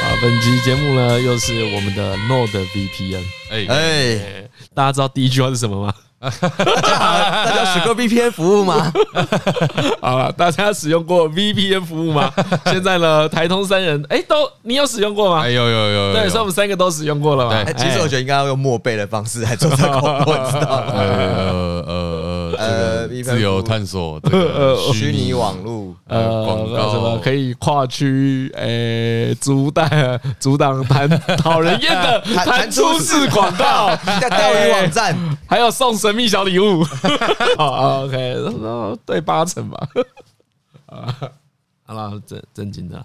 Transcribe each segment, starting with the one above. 啊本集节目呢，又是我们的 Node VPN。哎哎，哎，大家知道第一句话是什么吗？ 大家好，大家 有使过 VPN 服务吗？好了，大家使用过 VPN 服务 吗？现在呢，台通三人，哎，都你有使用过吗哎？有有有，对，所以我们三个都使用过了嘛。对哎，其实我觉得应该要用默背的方式来做这哦个广 播，你知道呃吗？呃呃，这个自由探索这个虚拟 网络，呃广呃，什么告可以跨区诶阻挡阻挡谈讨人厌的 谈谈谈出出式广 告，在钓鱼网站， 还有送神秘小礼 物。好，OK，那对八成吧。 啊，好了，正正经的。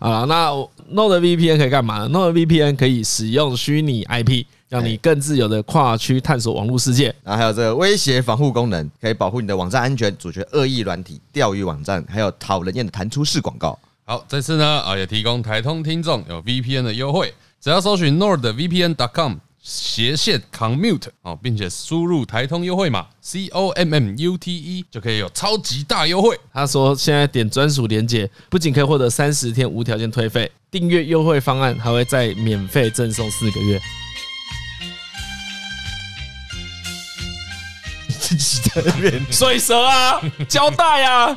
好了，那我 Node VPN 可以干嘛呢？Node VPN 可以使用虚拟 IP，让你更自由的跨区探索网络世界。然后还有这个威胁防护功能，可以保护你的网站安全，阻绝恶意软体、钓鱼网站，还有讨人厌的弹出式 广告。好，这次呢啊也提供台通听众有 VPN 的优惠，只要搜寻 nordvpn.com 斜线 commute 哦，并且输入台通优惠码 C O M M U T E 就可以有超级大优惠。他说现在点专属链接，不仅可以获得三十天无条件退费，订阅优惠方案还会再免费赠送四个月。自己在那边，水蛇啊，胶带啊，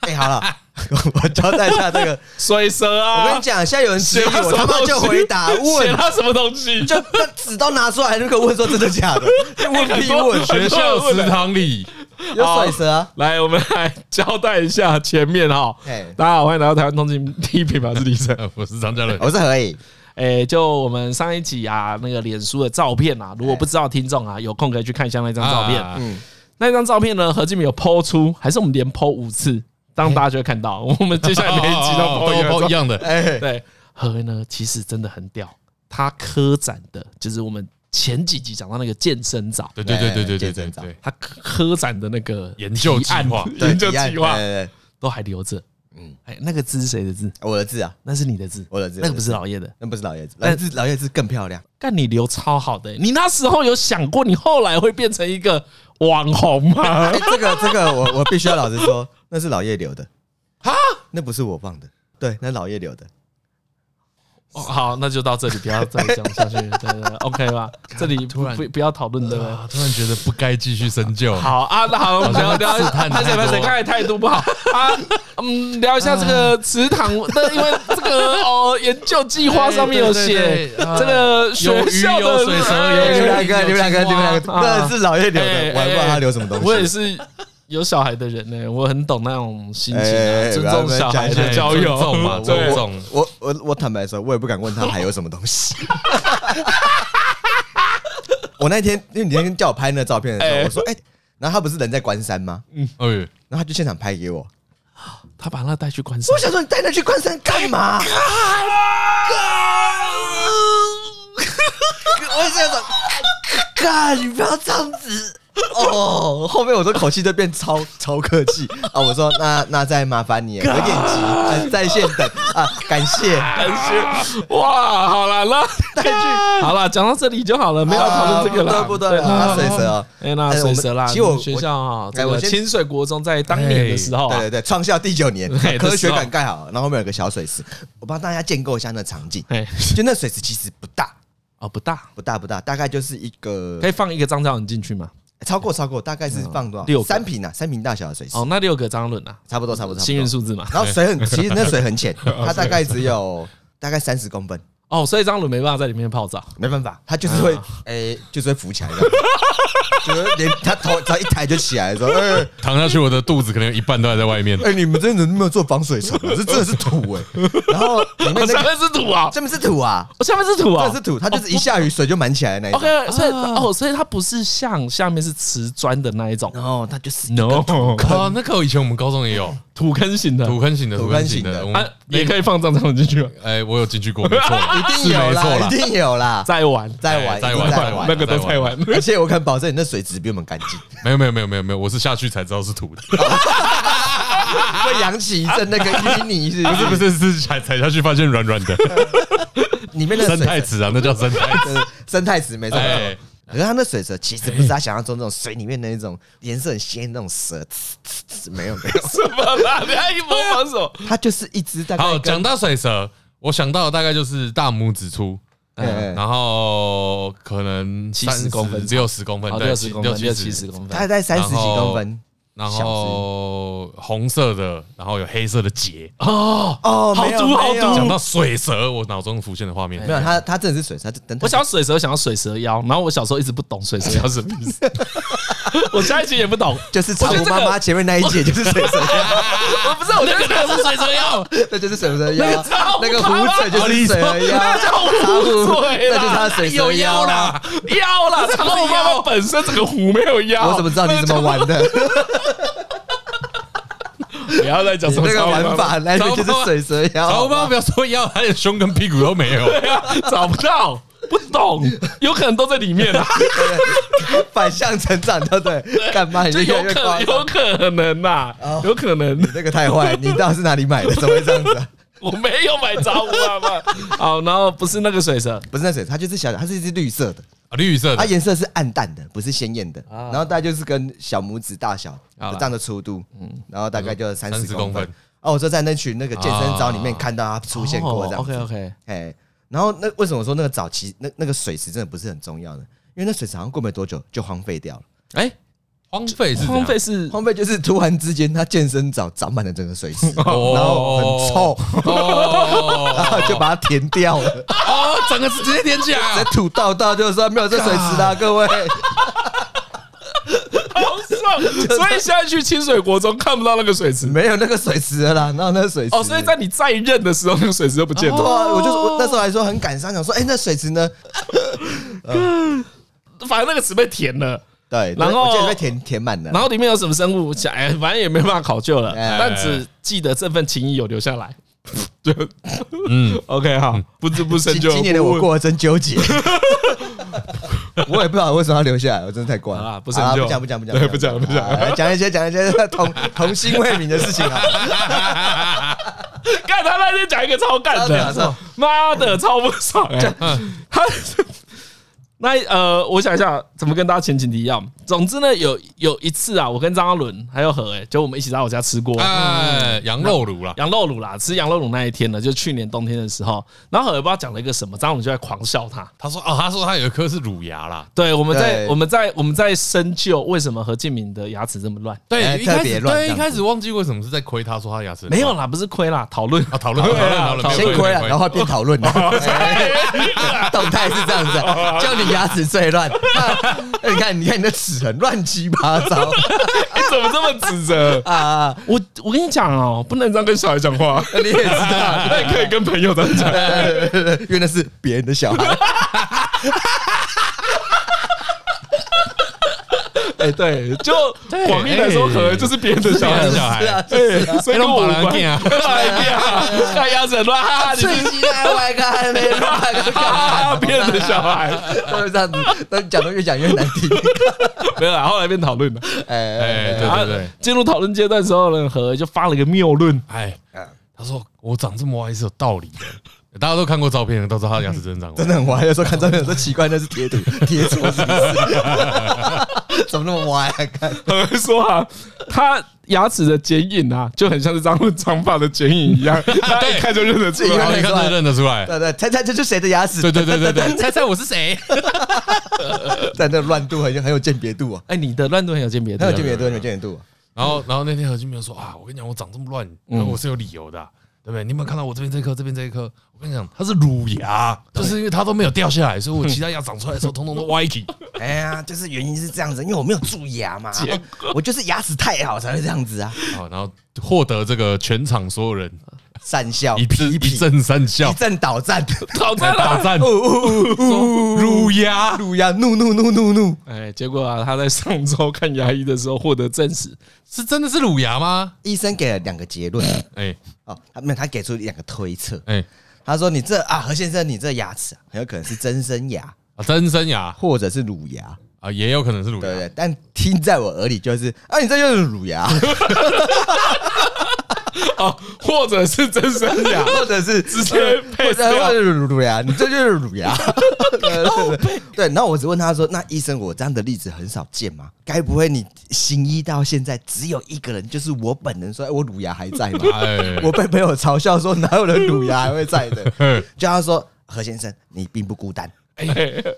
哎，好了， 我交代一下 这个。水蛇啊，我跟你讲，现在有人质疑写他什我，么他妈东西就回答写问，他什么东西？就那纸都拿出来，就可以问说真的 假的，就问哎很屁多问，很学校食堂里，有水蛇啊。来，我们来交代一下前面哈嘿。大家好，欢迎来到台湾通勤第一品牌，我是李晨。呃，我是张嘉伦，哦我是何以，哎，就我们上一集啊，那个脸书的照片哎啊，如果不知道的听众啊，有空可以去看一下那张照片。啊嗯，那张照片呢，何志明有剖出，还是我们连剖五次，当大家就会看到。我们接下来每一集都哦哦 剖一哦个都一样的，哎，对，何为呢？其实真的很屌，他科展的就是我们前几集讲到那个健身澡，对对对对对对对见证长对，他科科展的那个研究提案计划研究计划对对对都还留着。嗯，哎，那个字是谁的字？我的字啊，那是你的字，我的字那个不是老叶的。那不是老爷子，老爷子老爷子更漂亮。但你留超好的、你那时候有想过你后来会变成一个网红吗？哎，这个这个，我我必须要老实说，那是老叶留的啊，那不是我放的，对，那老叶留的。哦 好，那就到这里，不要再讲下去，对对 对，OK 吧？这 里不突然不不要讨论对不对？啊突然觉得不该继续深究。好啊，那好，我们聊聊，探太而且多而且刚才态度不好啊，嗯，聊一下这个祠堂，那因为这个哦研究计划上面有写哎对对对啊这个学有鱼校的有水蛇哎有你青们蛙两个，你们两个，你们两个，那是老叶留哎的，我还不知道他留什么东西。我也是有小孩的人呢、我很懂那种心情、啊，哎尊重小孩不要的不交友尊重嘛， 对尊重。我我我坦白说，我也不敢问他还有什么 东西。我那天因为你那天叫我拍那照片的时候，我说哎、然后他不是人在关山吗？嗯哎，然后他就现场拍给我。他把那带去关山 我。想说你带他去关山干嘛？我也是想，干 你不要这样子哦。后面我的口气就变超超客气啊，我说那那再麻烦你，有点急，呃在线等啊，感谢。感谢哇，好了，那 带去好了，讲到这里就好了，没有讨论这个啊了，不得不得，啊水蛇哦。哎，那哎我水们蛇啦，其实我学校啊，哎这我个先哎清水国中在当年的时候啊对，对对，创校第九年嘿，科学馆盖好，然后后面有个小水池，我帮大家建构一下那场景。哎，就那水池其实不大，哦不大，不大不大，大概就是一个可以放一个张嘉伦进去吗？超过超过，大概是放多少？嗯六个三瓶啊，三瓶大小的水池，哦，那六个张伦啊，差不多差不多。幸运差不数哦字嘛。多。然后 水很，其实那水很浅，它大概只有大概三十公分，哦，所以张伦没办法在里面泡澡。没办法，它就是哦会诶，就是会浮起来的， 就是连它头只要一抬就起来说，哎躺下去，我的肚子可能有一半都还在外面。哎，你们这人没有做防水层，啊这真的是土 哎。然后里哦，面下那个面是土啊，这边是土啊，哦下面是土啊这是土，它就是一下雨水就满起来的那一种。 OK，所以哦，所以它不是像下面是瓷砖的那一种然后它就是，No，啊，那个以前我们高中也有土坑型的土坑型的，土土坑坑型型的的，我啊们，也可以放张嘉伦进去吗，哎，我有进去过，没错，一一定有没错啦，啦一。定有啦，再玩再玩，再一定玩再再玩那个都太晚了。而且我敢保证，你那水质比我们干净，没有没有没有没有没有，我是下去才知道是土的，会扬起一阵那个淤泥，是不是不？是是踩踩下去发现软软的里面的生水态池啊，那叫生态 池。呃生态池没错。没哎错，可是它那水蛇其实不是它想象中那种水里面的那种颜色很鲜艳的那种蛇，呲呲呲没有没有， 什么啦？你还模仿什么？它就是一只大概好，跟讲到水蛇，我想到的大概就是大拇指粗，哎然后可能70公分只有十公分，好对六十公分，六六七十。公大概分，在三十几然后公分然小后红色的，然后有黑色的结。哦，哦，好没有毒好没有毒讲到水蛇，我脑中浮现的画面 没有，他他真的是水蛇，他等我想要水蛇，想要水蛇腰，然后我小时候一直不懂水蛇腰是什么意思， 我现在其实也不懂。就是长我觉得我这个妈妈前面那一届就是水 蛇，我不是，我那个那是水蛇 腰，那就是水蛇腰操，那个虎嘴就是水蛇那腰，叫壶嘴啦，那就是他水蛇有腰啦， 腰啦，长到我妈妈本身整个壶没有腰，我怎么知道你怎么玩的？ 不要再讲什么那个玩法来的就是水蛇腰，曹好不妈好不要说腰，他连胸跟屁股都没有。 找不到，不懂，有可能都在里面啊， 反向成长，对不对？干嘛？你就越有来越夸可有张，可能呐哦，有可能。你这个太坏，你到底是哪里买的？怎么会这样子啊？ 我没有买着我妈 妈。好，然后不是那个水蛇，不是那水，它就是小，它是一只绿色的，啊绿色它的，颜色是暗淡的，不是鲜艳的。然后大概就是跟小拇指大小啊好啦嗯这样的粗度，然后大概就三30十公公分分。哦，我就在那群那个健身澡里啊面看到它出现过这样子。 OK OK，哎，然后那为什么说那个早期那那个水池真的不是很重要呢？因为那水池好像过没多久就荒废掉了。哎，荒废是怎样荒废是荒废就是突然之间，它健身澡长满了整个水 池，然哦后很臭， 然哦后就把它填掉了。哦，整个是直接点起来在啊，土道道就是说没有这水池 啦，各位。好爽， 所以现在去清水国中看不到那个水池没有那个水池了啦，然后那个水池哦，所以在你哦在任的时候，那个水池就不见对了。啊，我就是我那时候还说很感伤，想说哎、那水池呢？哦反正那个池被填了，对，然后我记得被填填满了然，后里面有什么生物，想哎，反正也没办法考究了，哎但只记得这份情谊有留下来。 就嗯， OK 好，不知不今深就今年的我过得真 纠结。 我也不知道为什么要留下来，我真的太怪好啦了。啊不深究好啦不讲不讲不 讲，对不讲不讲好来讲一些讲一些 童童心未泯的事情啊。干他那天讲一个超干超的屌超，妈的超不爽哎、啊他 那呃，我想一下怎么跟大家前情提要。总之呢，有有一次啊，我跟张阿伦还有何哎、就我们一起在我家吃锅。哎，羊肉炉啦，羊肉卤啦，吃羊肉卤那一天呢，就去年冬天的时候，然后何也不知道讲了一个什么，张阿伦就在狂笑他。他说哦，他说他有一颗是乳牙啦，对，我们在对我们在我们在深究为什么何敬敏的牙齿这么乱。对，哎一开特始别乱对这一样子开始忘记为什么是在亏他说他牙齿很没有乱啦，不是亏啦，讨论 啊，讨论讨对哦啊论讨讨论论，先亏了，然后后变讨论了。 动态是这样子啊，叫你牙齿最乱。啊你看，你看你的齿痕乱七八糟哎、怎么这么指 责？啊！我我跟你讲哦，不能这样跟小孩讲 话。你也知道，那你可以跟朋友这样讲。因为那是别人的小孩。哎，对，就广义来说，可能就是别人的小孩。小孩 是啊，哎，所以跟我无关。哎哎呀，看牙齿很乱，啊哈哈，你最是 期待外看嘞，外看，哈哈啊别人的小孩。都是这样子，但讲的越讲越难听。 没有啦，后来变讨论了。哎，哎，对对对啊，进入讨论阶段的时候呢，何就发了一个谬论。 哎，他说我长这么歪是有道理的，大家都看过照片，都知道他的牙齿真的长歪真。的很歪。有时候看照片，有时候奇怪，那是贴图 贴错是不是？怎么那么歪啊？看，何说啊，他牙齿的剪影啊，就很像是张伦长发的剪影 一样，大家一看就认得出对来。然后你看真的认得出来，对对，猜猜这是谁的牙齿？对对对对 对，猜猜我是谁？但那乱度很有很有鉴别度啊，哎，你的乱炖很有鉴别度很有鉴别度，很有鉴别度啊。然后，然后那天何金明说啊，我跟你讲，我长这么乱，嗯然后我是有理由的啊、对不对？你有没有看到我这边这颗，这边这一颗？我跟你讲，它是乳牙，就是因为它都没有掉下来，所以我其他牙长出来的时候，通通都歪 起。哎呀，就是原因是这样子，因为我没有蛀牙嘛，我就是牙齿太好才会这样子啊。好，然后获得这个全场所有人善笑一致啊批一评，阵三笑一，阵哦倒赞，讨在战了。打战呜呜呜说乳牙。路呀，怒怒怒怒怒！哎，结果啊，他在上周看牙医的时候获得证实，是真的是乳牙吗？医生给了两个结论哎哦，他没有，他给出两个推测。哎他说：“你这啊，何先生，你这牙齿、啊、很有可能是真生牙，啊，真生牙或者是乳牙，啊，也有可能是乳对不牙。对？但听在我耳里就是啊，你这就是乳牙，哦，或者是真生牙，或者是直接配或掉者或者是乳牙，你这就是乳牙。对对对对，然后我只问他说：“那医生，我这样的例子很少见吗？该不会你行医到现在只有一个人，就是我本人说，哎，我乳牙还在吗？哎我被朋友嘲笑说，哪有人乳牙还会在的？就他说，何先生，你并不孤单。哎，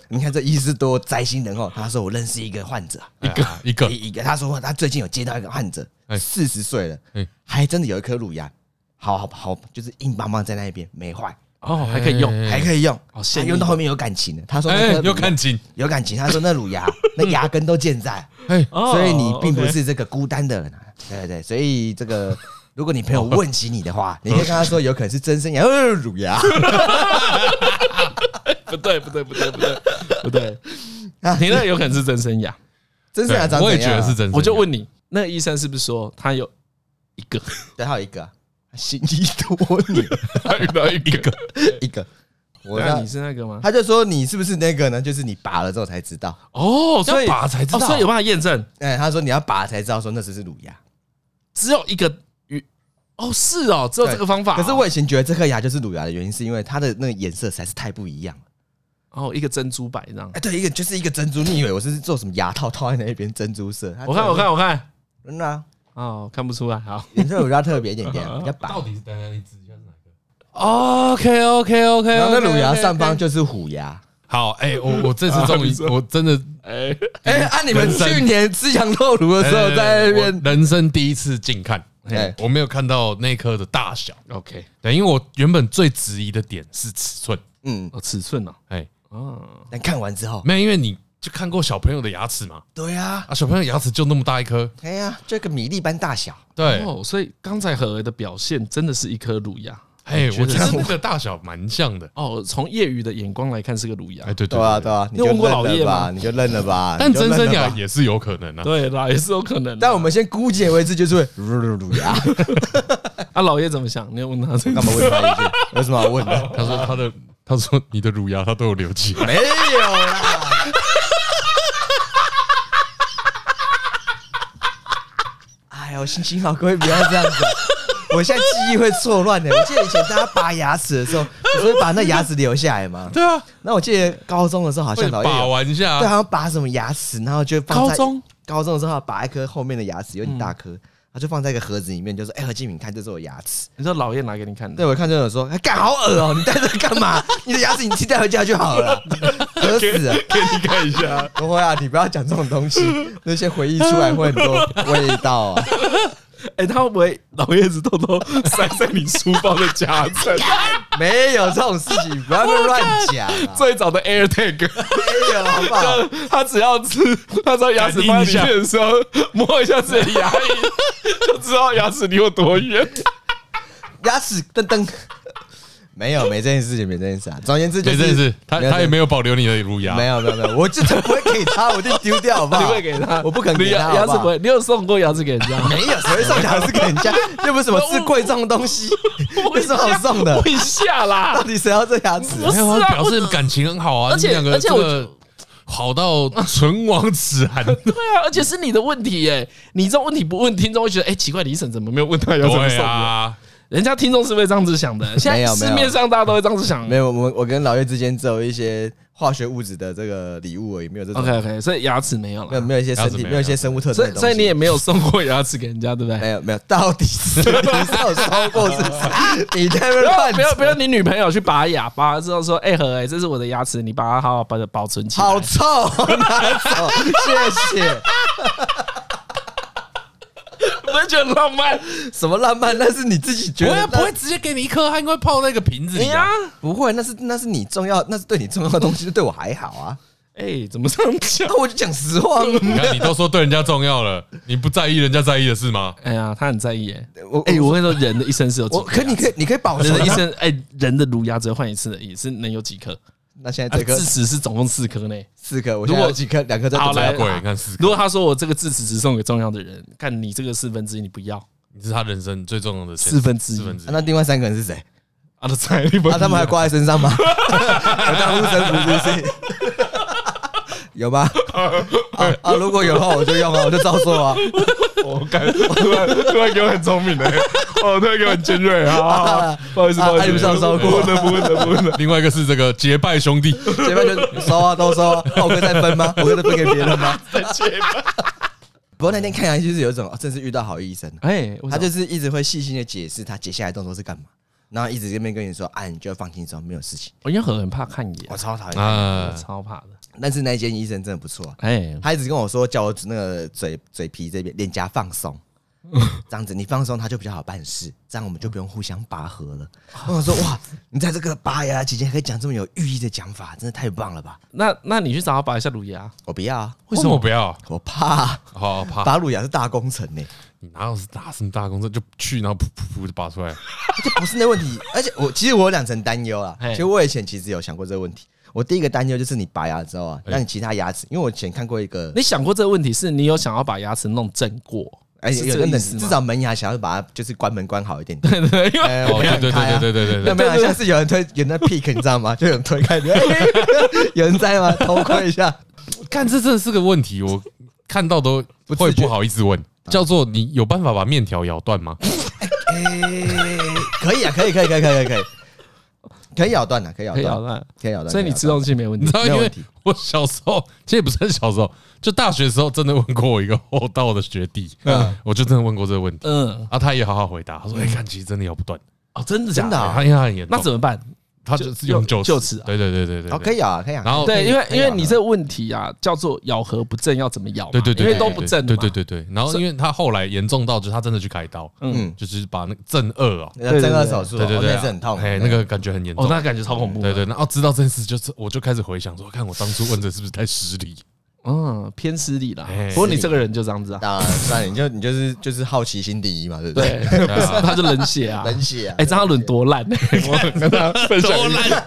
你看这医师多灾心人哦。他说我认识一个患者，一个哎一个，一一个，他说他最近有接到一个患者哎，四十岁了哎，还真的有一颗乳牙，好好好，就是硬邦邦在那一边没坏，哦，还可以用，哎还可以用，哦他现役用到后面有感情了。他说那哎颗，乳有感情，有感情，他说那乳 牙那牙根都健在，哎，哦所以你并不 OK 是这个孤单的人啊。对对对，所以 这个。如果你哦朋友问起你的话，你可以跟他说，有可能是真生牙，呃乳 牙。不对，不对，不对，不 对，不对，你那有可能是真生牙。真生牙长对我也怎觉样啊得是真，我就，问你，那个医生是不是说他有一个，对，还有一个啊心意多 年他遇 到一个？一个，我 啊那那你是那个吗？他就说你是不是那个呢？就是你拔了之后才知道。哦，所以要拔才知道哦所以有办法验证，哎，他说你要拔才知道，说那只是乳牙。只有一个鱼。哦，是哦，只有这个方法哦。可是我以前觉得这颗牙就是乳牙的原因，是因为它的那个颜色实在是太不一样了。哦，一个珍珠白这样哎，。对，一个就是一个珍珠，你以为我是做什么牙套套在那边珍珠色？它我看，我看，我看。真的，真的啊，哦，看不出来。好颜色比较特别一点 点，比较白。到底是等下你指一下是哪个？哦，OK OK OK。然后那乳牙上方就是虎牙。好，哎，我我这次终于，我真的哎， 哎，按你们人生去年吃羊肉炉的时候在那边，哎我人生第一次近看，哎我没有看到那颗的大小， OK，对，因为我原本最质疑的点是尺寸，嗯，哦，尺寸哦，哎，哦，但看完之后，没有，因为你就看过小朋友的牙齿嘛，对呀，啊，小朋友牙齿就那么大一颗，哎呀，就个米粒般大小。对，哦，所以刚才何儿的表现真的是一颗乳牙。哎，我觉得觉得那个大小蛮像的，哦，从业余的眼光来看是个乳牙哎，。对对啊，对啊，你就你问过认了老叶吧吗你就认了吧。但你就真认生了牙吧也是有可能 啊，对啦，也是有可能的。但我们先姑且为之，就是会乳乳乳牙。啊，老爷怎么想？你要问他这个 干 嘛问他一句？有什么好问的？他说他的，他说你的乳牙他都有留起来， 没有啦。 哎呦，心情好，各位不要这样子。我现在记忆会错乱的。我记得以前大家拔牙齿的时候，不是会把那牙齿留下来吗？对啊，那我记得高中的时候好会像老把有，玩一下对，好啊，像拔什么牙齿，然后就放在高中嗯高中的时候拔一颗后面的牙齿有点大颗，他就放在一个盒子里面，就说：“哎、何敬敏，看这是我牙齿。”你知道老爷拿给你看的？对，我看就有说，哎干好恶哦、你带这干嘛？ 你的牙齿你自己带回家就好了， 恶死了！给你看一 下。不会啊，你不要讲这种 东西，那些回忆出来会很多味道啊。哎，他会不会老爷子偷 偷塞在你书包的夹层？没有这种事情，不要乱讲啊！最早的 AirTag，没有，好不好？就他只要吃，他只要牙齿放进去的时候，摸一下自己的 牙啊龈，就知道牙齿离我多远。牙齿噔噔，没有，没这件事情，没这件事啊。总而言之，就对，是真的是，他没有他也没有保留你的乳牙，没有没有没有，我就不会给他，我就丢掉，好不好？ 你会给他？我不肯你给他，牙好牙不齿不好？会。你有送过牙齿给人家吗？ 没有，谁会送牙齿给 人家？又不是什么是贵重的东西，有什么好送的？问一下啦到。底谁要这牙齿啊、不没是有，啊表我示感情很好啊，而且你们两个而且我真的好到唇亡齿寒，对啊，而且是你的问题耶！你这种问题不问听众会觉得，哎、奇怪，李婶怎么没有问他要怎么对送我？啊，人家听众是会这样子想的，现没在有没有市面上大家都会这样子想没。有，我们我跟老岳之间只有一些化学物质的这个礼物而已，没有这种 OK OK，所以牙齿没有没有了，没有一些身牙齿没体，有没有一些生物特征所的以东西。哎所以你也没有送过牙齿给人家，对不没对？有没有，到底 是你是有收过是不是？你在那边不要乱不要不要，你女朋友去拔牙，拔了之后说：“哎、何哎，这是我的牙齿，你把它好好把它保存起来。”好臭， 拿走，谢谢。不是觉得很浪漫？ 什么浪漫？那是你自己觉不得会啊不会那直接给你一颗，它应该泡在一个瓶子哎里呀啊。，不会，那是那是你重要，那是对你重要的东西，就对我还好啊。哎、怎么这样讲？那我就讲实话，你看，你都说对人家重要了，你不在意人家在意的事吗？哎呀，他很在意 耶。我哎、 我跟你说，人的一生是有几我颗可牙你可以你可以保人存的一啊。生，哎、人的乳牙只换一次而已，是能有几颗？那现在啊这颗智齿是总共四颗呢。四颗，我现在如有果几颗？两颗在好肚子啊来上太贵，你看四如个，果他说我这个智齿只送给重要的人，看你这个四分之一你不要，你是他人生最重要的四分之一四分之啊那另外三个人是谁？啊，他在你不啊，他们还挂在身上吗？有当护身符是不是？ 有吗？啊啊，如果有的话我就用啊，我就照做啊。 我感突然突然给我很聪明的，哦，突然给我很尖锐 啊！ 不好意思，不好意思，啊爱不上烧锅不能不能不能。另外一个是这个结拜兄弟，前面就收啊，都收啊，那我可以再分吗？我可以再分给别 人吗？不过那天看来就是有一种，哦真是遇到好医生了，哎，他就是一直会细心的解释他接下来动作是干嘛，然后一直这边跟你说，啊，你就放轻松，没有事情。我因为很很怕看眼我，超讨厌他，我啊，超怕的。但是那间医生真的不错，哎，他一直跟我说叫我那个嘴嘴皮这边脸颊放松，这样子你放松，他就比较好办事，这样我们就不用互相拔河了。我哦想说哇，你在这个拔牙期间可以讲这么有寓意的讲法，真的太棒了吧！那那你去找他拔一下乳牙，我不要、啊，为什么不要？我怕啊好怕拔乳牙是大工程呢、你哪有是大什么大工作就去，然后噗噗噗就拔出来，这不是那问题。而且我其实我有两层担忧啊，嘿其实我以前其实有想过这个问题。我第一个担忧就是你拔牙之后啊，让你其他牙齿，因为我以前看过一个，你想过这个问题？是你有想要把牙齿弄正过？哎，是这有个根意本思至吗？少门牙想要把它就是关门关好一点对点。对，因为 哎哦我 想对对开啊对对对对对有没有像是有人推有人在 pick 你知道吗？就有人推开，哎有人在吗？偷窥一下，看这真的是个问题，我看到都不会自觉不好意思问，叫做你有办法把面条咬断吗？哎，可以啊，可以，可以，可以，可以，可以，可以咬断的，啊可以咬可以咬断，断，可以咬断。所以你可吃咬断东西没问你题知。道，没因有为问题我小时候，其实也不是很小时候，就大学的时候，真的问过我一个厚道的学弟，嗯我就真的问过这个问题，嗯，啊，他也好好回答，他说：“哎，看，其实真的咬不断，哦，真的假真的的？啊他因为他很严重，那怎么办？他就是用就臼就齿齿啊，对对对对对，哦，可以咬啊，可以啊。然后对，因为可以因咬为你这个问题啊，叫做咬合不正，要怎么咬嘛？对对对，因为对都对不正嘛。对对对对。然后所因为他后来严重到，就是他真的去开刀，嗯，嗯，就是把那个正颚哦，那个正颌手术，对对哦对，那是很痛，哎，那个感觉很严重哦，，那感觉超恐怖。对对。，然后知道这件事，就是我就开始回想说，看我当初问这是不是太失礼？嗯，偏失礼啦哎。不过你这个人就这样子啊，当然，当然，你就你就是就是好奇心第一嘛，对不对， 对？不是他就冷血啊。冷血啊哎，张嘉伦多烂， 我跟大家分享一下，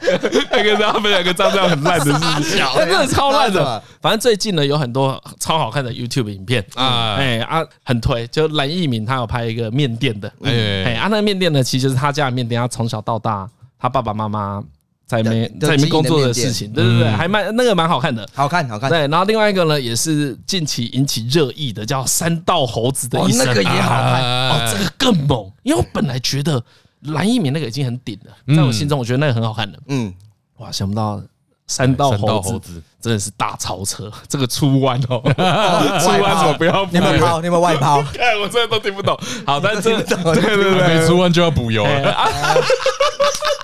还跟大家分享一个张嘉伦很烂的事情，他真的超烂他的怎么。反正最近呢，有很多超好看的 YouTube 影片啊，啊哎啊，很推。就蓝奕敏他有拍一个面店的，哎哎，啊，那面店呢，其实就是他家的面店，他从小到大，他爸爸妈妈在里面就就在里面工作的经营事的情，对对对，嗯还蛮那个蛮好看的。好看，好看，对，然后另外一个呢，也是近期引起热议的，叫三道猴子的哦医生，那个也好看哦，这个更猛，因为我本来觉得蓝一鸣那个已经很顶了，在我心中我觉得那个很好看的，嗯，哇，想不到三道三道猴猴子子，真的是大超车， 这个出弯哦，哦出外弯抛怎么不要你有没有拍？抛？你有没有外抛？看 我真的都听不 懂，好， 但这听不懂对对对，没出完就要补油哎了。啊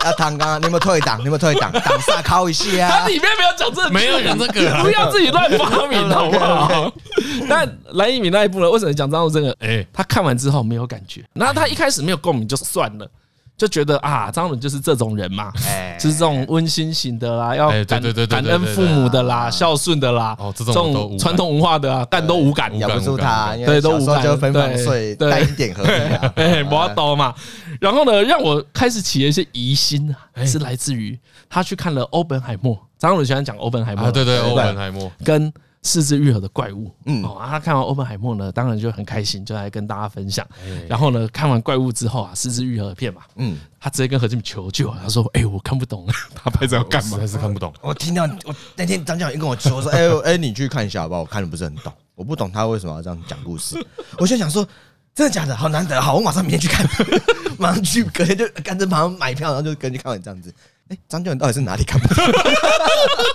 要弹刚，你有没有退档？你有没有退档？挡下靠一 下它啊！里面没有讲这个，没有讲这个啊不要自己乱发 明，好不好？ 但蓝一鸣那一部呢，为什么讲张这个？哎，他看完之后没有感觉，然后他一开始没有共鸣就算了，就觉得啊，张伦就是这种人嘛，哎就是这种温馨型的啦，要哎对感对对对对感恩对对啊父母的啦，孝顺的啦，哦这这种我都无种感传统文化的啊，但都无感无。哎咬不住他，因为对都小无时候感就分房睡，对对带一点合理啊。 哎，我要刀嘛，然后呢，让我开始起了一些疑心哎啊，是来自于他去看了欧本海默。张伦喜欢讲欧本海默啊，对对，对欧文海默，跟四肢愈合的怪物。嗯，嗯哦，啊，他看完欧本海默呢，当然就很开心，就来跟大家分享。哎然后呢，看完怪物之后啊，四肢愈合的片嘛， 嗯，他直接跟何进求救，他说：“哎、我看不懂他拍这要干嘛我实在是看不懂。我听到我那天张嘉颖跟我说说，哎 呦哎，你去看一下好不好？我看的不是很懂，我不懂他为什么要这样讲故事。我就想说，真的假的？好难得，好，我马上明天去看， 马上去，隔天就赶着马上买票，然后就跟去看完这样子。哎，张嘉颖到 底是哪里看不懂？？”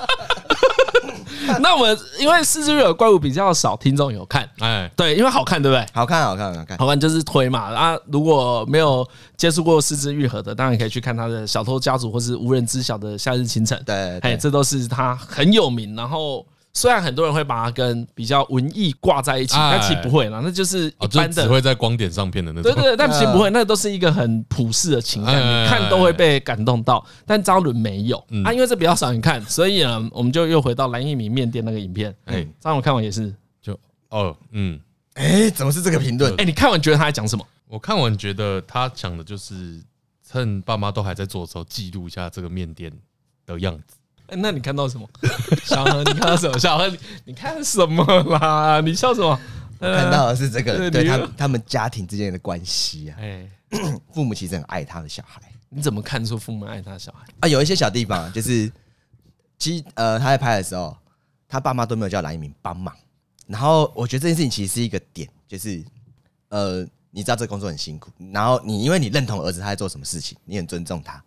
那我们因为四肢愈合的怪物比较少，听众有看，哎，对，因为好看，对不对？好看，好看，好看。好看就是推嘛啊！如果没有接触过四肢愈合的，当然可以去看他的《小偷家族》或是《无人知晓的夏日清晨》。对哎，对，这都是他很有名。然后虽然很多人会把它跟比较文艺挂在一起，哎但其实不会啦，那就是一哦，就般是只的。会在光点上片的那对种。 对对，但其实不会，那都是一个很普世的情感，哎哎哎你看都会被感动到。但张伦没有嗯啊，因为这比较少人看，所以呢，我们就又回到蓝一鸣面店那个影片。哎哎，张伦看完也是，就哦，嗯，哎，怎么是这个评论？哎，你看完觉得他在讲什么？我看完觉得他讲的就是趁爸妈都还在做的时候，记录一下这个面店的样子。哎那你看到什么？ 小何，你看到什么？小何，你你看什么啦？你笑什么？看到的是这对个，对你他们他们家庭之间的关系啊，哎，父母其实很爱他的小孩。你怎么看出父母爱他的小孩？啊，有一些小地方啊就是，其实呃，他在拍的时候，他爸妈都没有叫蓝一鸣帮忙。然后我觉得这件事情其实是一个点，就是呃，你知道这工作很辛苦，然后你因为你认同儿子他在做什么事情，你很尊重他，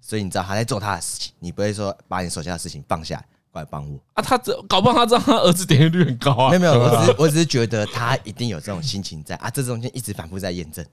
所以你知道他在做他的事情，你不会说把你手下的事情放下来过来帮我。啊，他这搞不好他知道他儿子点击率很高啊没有，没有，我只是我只是觉得他一定有这种心情在啊，这中间一直反复在验证。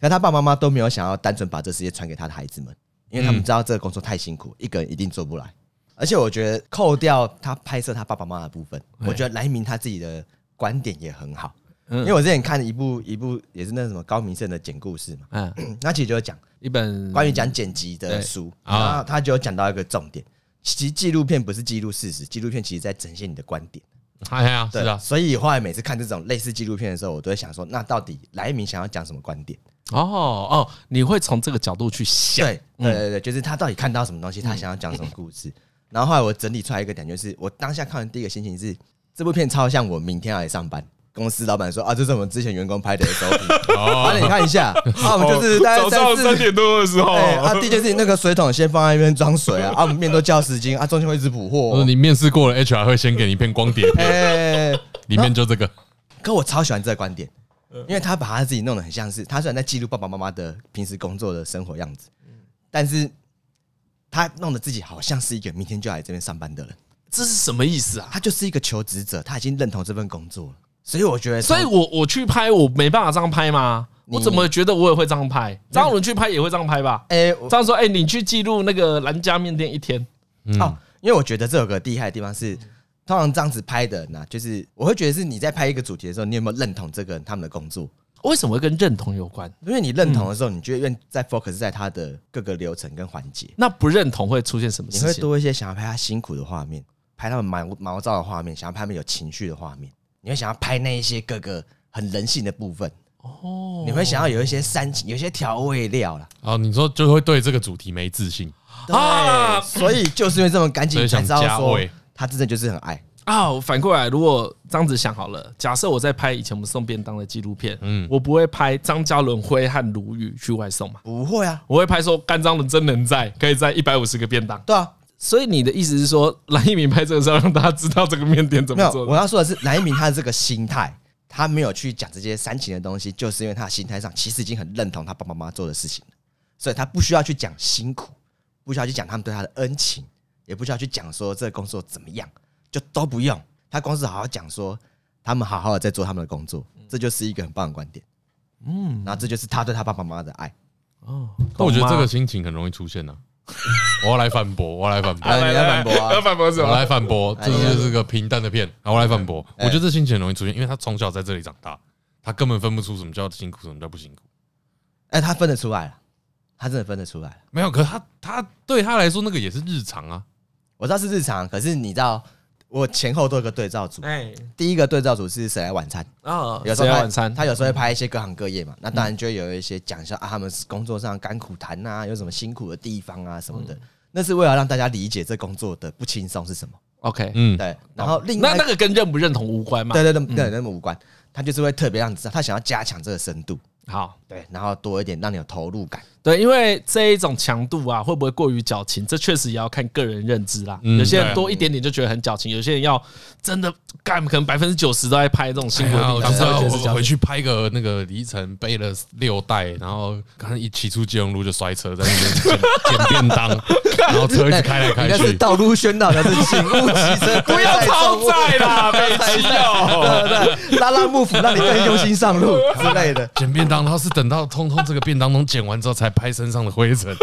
可他爸爸妈妈都没有想要单纯把这世界传给他的孩子们，因为嗯他们知道这个工作太辛苦，一个人一定做不来。而且我觉得扣掉他拍摄他爸爸妈妈的部分，我觉得莱明他自己的观点也很好。嗯因为我之前看一部一部也是那什么高明胜的简故事嘛，嗯，那其实就有讲一本关于讲剪辑的对书，啊然后他就有讲到一个重点，其实纪录片不是记录事实，纪录片其实在呈现你的观点。哎呀，是对啊，所以后来每次看这种类似纪录片的时候，我都会想说，那到底莱明想要讲什么观点？哦哦，你会从这个角度去想，对，对对对，就是他到底看到什么东西，他想要讲什么故事。然后后来我整理出来一个感觉是，我当下看完第一个心情是，这部片超像我明天要来上班。公司老板说啊，这是我们之前员工拍的 SOP，好，那你看一下，啊，我们就是大概哦早三上四三点多的时候，对啊，第一件事情那个水桶先放在那边装水啊，啊，我们面都叫十斤啊，中间会一直补我货说哦。你面试过了，HR 会先给你一片光 碟片，哎，里面就这个。可我超喜欢这个观点，因为他把他自己弄得很像是他虽然在记录爸爸妈妈的平时工作的生活样子，但是他弄得自己好像是一个明天就要来这边上班的人，这是什么意思啊？他就是一个求职者，他已经认同这份工作了，所以我觉得，所以我我去拍，我没办法这样拍吗？你我怎么觉得我也会这样拍？张翰伦去拍也会这样拍吧？哎、我这样说，哎，你去记录那个兰家面店一天，嗯哦，因为我觉得这有个厉害的地方是，通常这样子拍的人啊，就是我会觉得是你在拍一个主题的时候，你有没有认同这个人他们的工作？为什么会跟认同有关？因为你认同的时候，你就会愿在 focus 在他的各个流程跟环节。那不认同会出现什么你事会情？多一些想要拍他辛苦的画面，拍他们毛毛躁的画面，想要拍他们有情绪的画面，你会想要拍那一些各个很人性的部分，哦，你会想要有一些煽情，有一些调味料啦。哦，你说就会对这个主题没自信，啊对，所以就是因为这么干净，所以想才知道加说味他真的就是很爱。啊，我反过来，如果这样子想好了，假设我在拍以前我们送便当的纪录片，嗯，我不会拍张嘉伦、挥汗如雨去外送嘛，不会啊，我会拍说干张伦真能在，可以在一百五十个便当。对啊，所以你的意思是说，蓝一鸣拍这个时候让大家知道这个面点怎没么有，做我的？要说的是蓝一鸣他的这个心态。他没有去讲这些煽情的东西，就是因为他的心态上其实已经很认同他爸爸妈妈做的事情了，所以他不需要去讲辛苦，不需要去讲他们对他的恩情，也不需要去讲说这个工作怎么样，就都不用。他光是好好讲说他们好好的在做他们的工作，嗯这就是一个很棒的观点。嗯，然后这就是他对他爸爸妈妈的爱。但我觉得这哦懂个吗 心情很容易出现呢、我要来反驳，我要来反 驳，啊你要反驳啊要反驳什我么？来反驳，这就是个平淡的片。然后我来反驳，我觉得这心情很容易出现，因为他从小在这里长大，他根本分不出什么叫辛苦，什么叫不辛苦。哎，他分得出来了，他真的分得出来了。没有，可是他他对他来说那个也是日常啊。我知道是日常，可是你知道，我前后都有个对照组。哎第一个对照组是谁来晚餐？啊，有时谁候要哦他晚餐？嗯他有时候会拍一些各行各业嘛，那当然就会有一些讲一下啊，他们工作上甘苦谈啊，有什么辛苦的地方啊什么嗯的，那是为了让大家理解这工作的不轻松是什么。 OK，嗯，对，然后另那外哦那个嗯跟认不认同无关嘛？对对对对对那么无关，他就是会特别让你知道，他想要加强这个深度，好，对，然后多一点让你有投入感。对，因为这一种强度啊，会不会过于矫情？这确实也要看个人认知啦。嗯有些人多一点点就觉得很矫情，有些人要真的干，可能百分之九十都在拍这种辛苦的然地后方，知才会道觉得是哎我矫回情。去拍个那个离程背了六袋，然后刚一骑出基隆路就摔车，在那边捡捡便当，然后车一直开来你开那是去。道路宣导的是请勿骑车， 不要超载 啦，北七哦。对对，拉拉幕府让你更用心上路之类 的，捡便当，然后是等到通通这个便当都捡完之后，才拍身上的灰尘。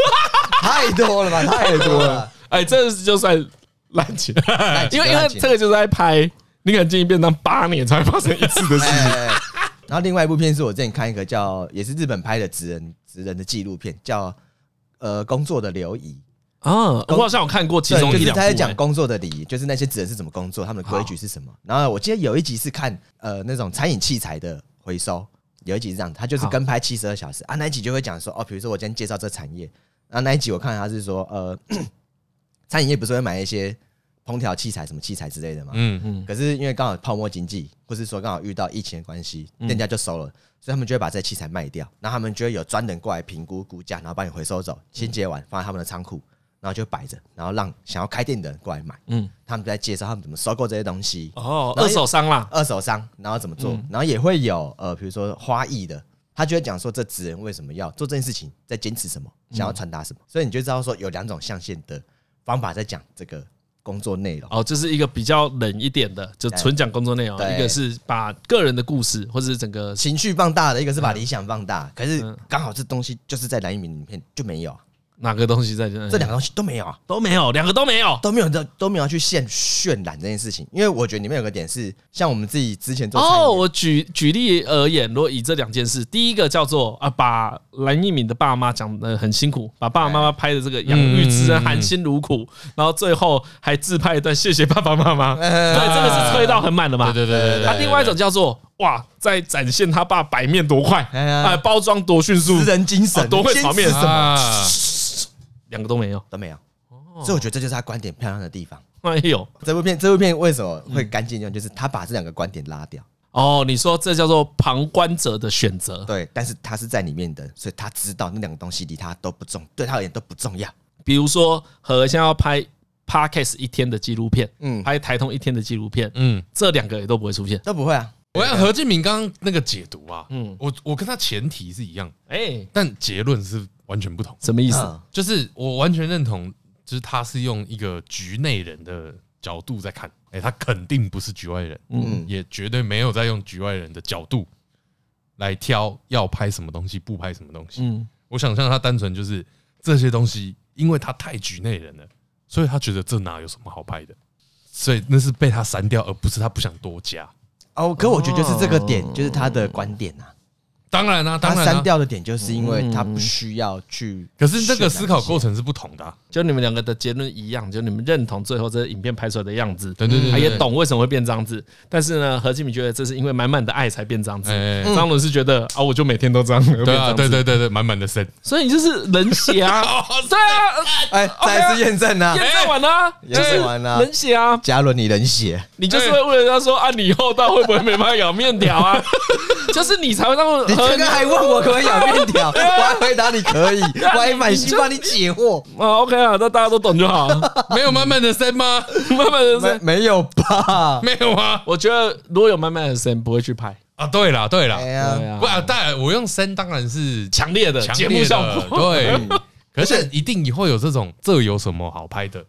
太多了吧，太多 了。哎，这就算烂 钱，哎因为因为烂钱这个就是在拍，你可能进一便当八年才发生一次 的事情。哎， 然后另外一部片是我之前看一个叫也是日本拍的职人职人的纪录片，叫呃工作的流仪，啊，我好像有看过其哦对，中就一是两他部、在讲哎工作的礼仪，就是那些职人是怎么工作，他们的规矩是什么。然后我记得有一集是看呃那种餐饮器材的回收，有一集是这样，他就是好跟拍七十二小时啊，那一集就会讲说哦，比如说我今天介绍这产业，那那一集我看他是说呃 餐饮业不是会买一些烹调器材什么器材之类的嘛，嗯，可是因为刚好泡沫经济，或是说刚好遇到疫情的关系，店家就收了，所以他们就会把这些器材卖掉，然后他们就会有专人过来评估估价，然后帮你回收走，清洁完放在他们的仓库，然后就摆着，然后让想要开店的人过来买。嗯，他们在介绍他们怎么收购这些东西，哦，嗯然后二手商啦，二手商，然后怎么做，然后也会有呃，比如说花艺的，他就会讲说这职人为什么要做这件事情，在坚持什么，嗯想要传达什么，所以你就知道说有两种象限的方法在讲这个工作内容。哦，就是一个比较冷一点的，就纯讲工作内容；啊对一个是把个人的故事或者是整个情绪放大的，一个是把理想放大，可是嗯刚好这东西就是在蓝一鸣里面就没有啊，哪个东西在这这两个东西都没有啊，都没有，两个都没有。都没有这都没有去现渲染这件事情，因为我觉得里面有个点是，像我们自己之前做餐饮哦，我举举例而言，如果以这两件事，第一个叫做啊，把蓝一敏的爸妈讲的很辛苦，把爸爸妈妈拍的这个养育之恩含辛茹苦，然后最后还自拍一段谢谢爸爸妈妈，对，这个是吹到很满的嘛。对对对对对那另外一种叫做哇，在展现他爸摆面多快，哎呀哎，包装多迅速私，人精神哦多会炒面坚持什么啊，两个都没有。都没有，哦所以我觉得这就是他观点漂亮的地方。哎呦，这部片，这部片为什么会干嗯净？就是他把这两个观点拉掉，哦，你说这叫做旁观者的选择，对，但是他是在里面的，所以他知道那两个东西离他都不重，对他而言都不重要。比如说何先要拍 podcast 一天的纪录片，嗯拍台通一天的纪录片，嗯，这两个也都不会出现。都不会啊，我看何敬明刚刚那个解读啊，嗯嗯，我我跟他前提是一样，哎，但结论是完全不同。什么意思？嗯就是我完全认同，就是他是用一个局内人的角度在看，哎、他肯定不是局外人，嗯也绝对没有在用局外人的角度来挑要拍什么东西，不拍什么东西。嗯，我想象他单纯就是这些东西，因为他太局内人了，所以他觉得这哪有什么好拍的，所以那是被他删掉，而不是他不想多加。哦，可我觉得就是这个哦点，就是他的观点啊。当然啦、当他然啦、删掉的点，就是因为他不需要去。可是那个思考过，程是不同的啊、就你们两个的结论一样，就你们认同最后这影片拍出来的样子，对对对他对也懂为什么会变这样子。但是呢，何敬敏觉得这是因为满满的爱才变这样子哎，张伦是觉得啊，我就每天都这样，对啊，变这样对子，对对对，满满的删。 所以你就是冷血啊， 对啊，哎，再次验证啊，验证完了啊，验证完了冷血啊，嘉伦你冷血，你就是会为了他说啊，你以后到会不会没办法咬面条 啊？就是你才会那么你刚刚还问我可不可以咬面条，我还回答你可以，我还满心帮你解惑，啊，OK 啊，那大家都懂就好， 没有满满的删吗？慢慢的没生。没有 吧？没有啊。我觉得如果有慢慢的生，不会去拍。啊，对啦，对啦哎，对呀，啊不，，啊，当然我用删当然是强烈的强节烈目的效果， 对。可是一定也会有这种，这有什么好拍的？